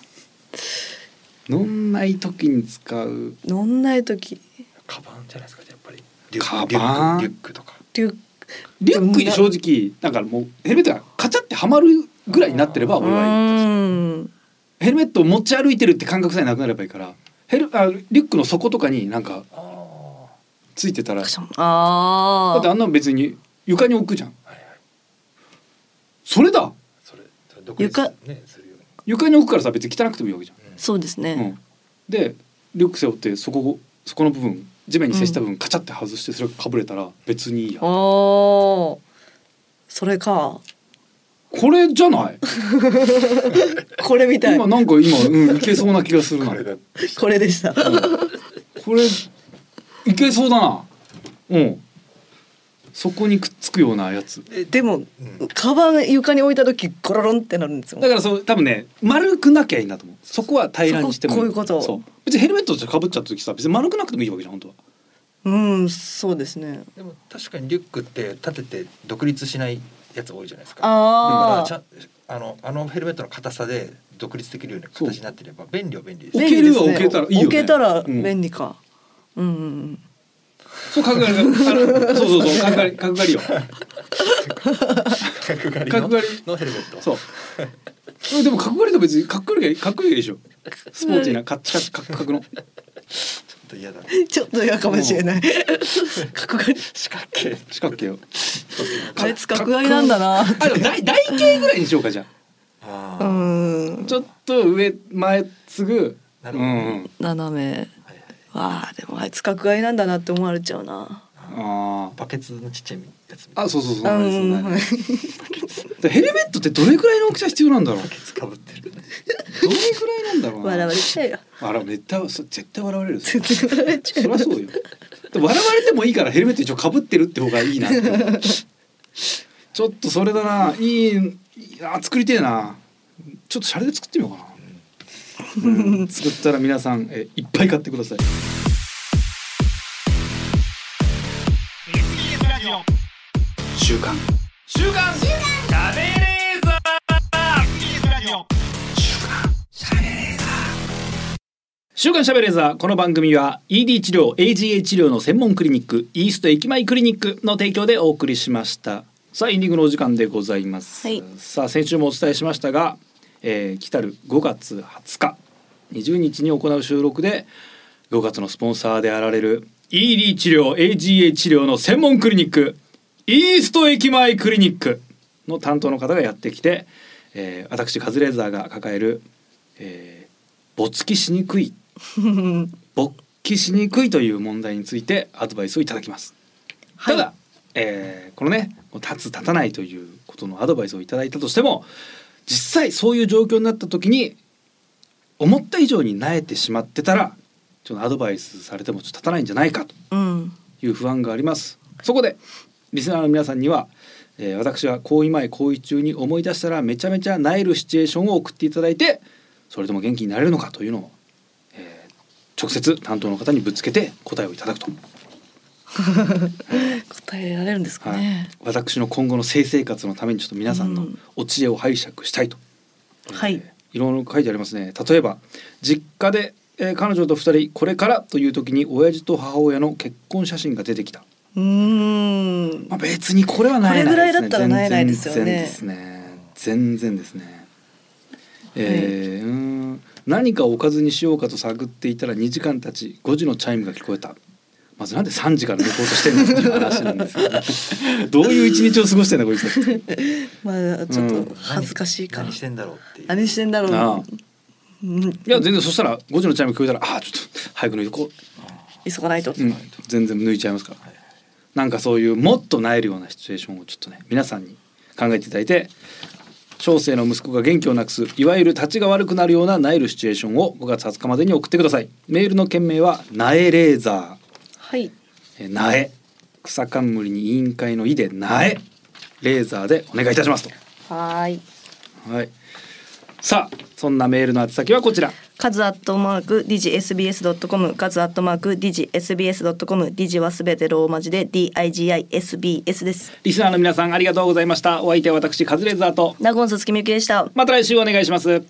A: 乗んない時に使う
C: 乗んない時
D: カバンじゃないですかやっぱりリュッ
A: カ
D: クリュ
A: バ
D: ッ
A: ン
D: クリュックとか
C: リュック
A: リュックに正直だからもうヘルメットがカチャってはまるぐらいになってれば
C: う
A: 俺はいい
C: ん
A: ヘルメットを持ち歩いてるって感覚さえなくなればいいからヘルあリュックの底とかになんか
D: ああ
A: ついてたらだ
C: あ
A: ってあ
C: あ
A: んなの別に床に置くじゃん
D: はいはい
A: それだ
D: それそれ独立
C: 床
D: ねするように
A: 床に置くからさ別に汚くてもいいわけじ
D: うん
C: そうです
A: ゃん、う
C: ね、
A: ん、でリュック背負ってそこをそこの部分地面に接した部分カチャって外してそれがかぶれたら別にいいや
C: ああそれか
A: これじゃない
C: これみた い
A: 今なんか今、うん、いけそうな気がするな
D: これだ
C: これでした
A: これいけそうだなうんそこにくっつくようなやつ
C: でも、
D: うん
C: カバン床に置いた時ゴロロンってなるんですよ
A: だからそう多分ね丸くなきゃいいんだと思うそこは平らにしても
C: そここういうこと
A: そう別にヘルメットかぶっちゃった時さ別に丸くなくてもいいわけじゃん本当は
C: うんそうですね
D: でも確かにリュックって立てて独立しないやつ多いじゃないですか
C: あ
D: だから
C: ー
D: ちゃんあのあのヘルメットの硬さで独立できるような
A: そう
D: 形になってれば便利は便利です。
A: 置けるは
C: 便利
A: 置け
C: ですね
A: たらいいよね
C: 置けたら
A: うん
C: 便利か。うんうんうん。
A: そう角刈りがあのそうそうそう角刈り角刈りよ
D: 角刈り
A: 角
D: の
A: 刈り
D: のヘルメット。
A: そう。でも角刈りと別にかっこいいかっこいいでしょ。スポーティーなカッチカチカッカクの。
D: ちょっと嫌だ。
C: ちょっと嫌かもしれない。角刈り。
D: 四角形。
A: 四角形を。
C: あいつ角刈りなんだな。
A: あでも大台形ぐらいにしようかじゃ
D: あ
C: う
D: あ、
C: ん
A: あ。。ちょっと上前すぐ。
D: なるほど
A: う
D: ね
A: んうん。
C: 斜め。
D: はいはい。
C: わあでもあいつ角刈りなんだなって思われちゃうな。
A: あ
D: バケツのちっちゃいやつ。
A: あ。あそうそうそう。
C: う
A: そ
C: ん
A: うだ
C: うん
A: ね。でヘルメットってどれぐらいの大きさ必要なんだろう。ど
D: バケツかぶって
A: れ
D: る。
A: ぐらいなんだろうな。
C: 笑われちゃうよ。
A: あら絶対そ絶対笑われる。そ
C: 絶対笑われちゃう
A: りゃ そうよ。でも笑われてもいいからヘルメット一応かぶってるって方がいいなって。ちょっとそれだな。いいいいな作りてえな。ちょっとシャレで作ってみようかな。うん作ったら皆さんえいっぱい買ってください。
F: ゆ
A: 習慣
B: 週刊食べレーザー TBS ラジオ
A: 週刊しゃべれーザーこの番組は ED 治療 AGA 治療の専門クリニックイースト駅前クリニックの提供でお送りしましたさあエンディングのお時間でございます、
E: はい
A: さあ先週もお伝えしましたが、えー、来たる5月20日20日に行う収録で5月のスポンサーであられる ED 治療 AGA 治療の専門クリニックイースト駅前クリニックの担当の方がやってきて、えー、私カズレーザーが抱える、えー、ぼつきしにくい勃起しにくいという問題についてアドバイスをいただきます。
E: はい
A: ただ、えーこのね立つ立たないということのアドバイスをいただいたとしても実際そういう状況になった時に思った以上に慣れてしまってたらちょっとアドバイスされてもちょっと立たないんじゃないかと
E: うん
A: いう不安があります。そこでリスナーの皆さんには、えー私は行為前行為中に思い出したらめちゃめちゃ萎えるシチュエーションを送っていただいてそれとも元気になれるのかというのを、えー直接担当の方にぶつけて答えをいただくと、
E: 答えられるんですか
A: はい
E: ね。
A: 私の今後の性生活のためにちょっと皆さん
E: う
A: の
E: ん
A: お知恵を拝借したいと、
E: はい
A: えーいろいろ書いてありますね例えば実家で、えー彼女と2人これからという時に親父と母親の結婚写真が出てきた
E: うーん
A: まあ、別にこれはな
E: こ
A: い
E: れぐらいだったら萎えないですよね
A: 全然ですね全然ですねえーうーん何かおかずにしようかと探っていたら2時間たち5時のチャイムが聞こえたまずなんで3時から寝こうとしてるのっていう話なんですよねどういう一日を過ごしてんだこいつ
E: まあちょっ
A: うん
E: と恥ずかしいから
D: 何してんだろうっていう
E: 何してんだろう
A: なあ
E: うん
A: いや全然そしたら5時のチャイム聞こえたらああちょっと早く抜いてこ
E: 急がないと
A: う、うん、全然抜いちゃいますからなんかそういうもっと萎えるようなシチュエーションをちょっとね皆さんに考えていただいて小生の息子が元気をなくすいわゆる立ちが悪くなるような萎えるシチュエーションを5月20日までに送ってくださいメールの件名は「なえレーザ
E: はい
A: ー」えー「なえ」草冠に委員会の「い」で「なえ」レーザーでお願いいたします
E: はーい
A: とはいさあそんなメールの宛先はこちら
E: カズアットマーク digsbs.com カズアットマーク digsbs.com ディジはすべてローマ字で digisbs です
A: リスナーの皆さんありがとうございましたお相手は私カズレーザーと
E: ナゴン鈴木みゆきでした
A: また来週お願いします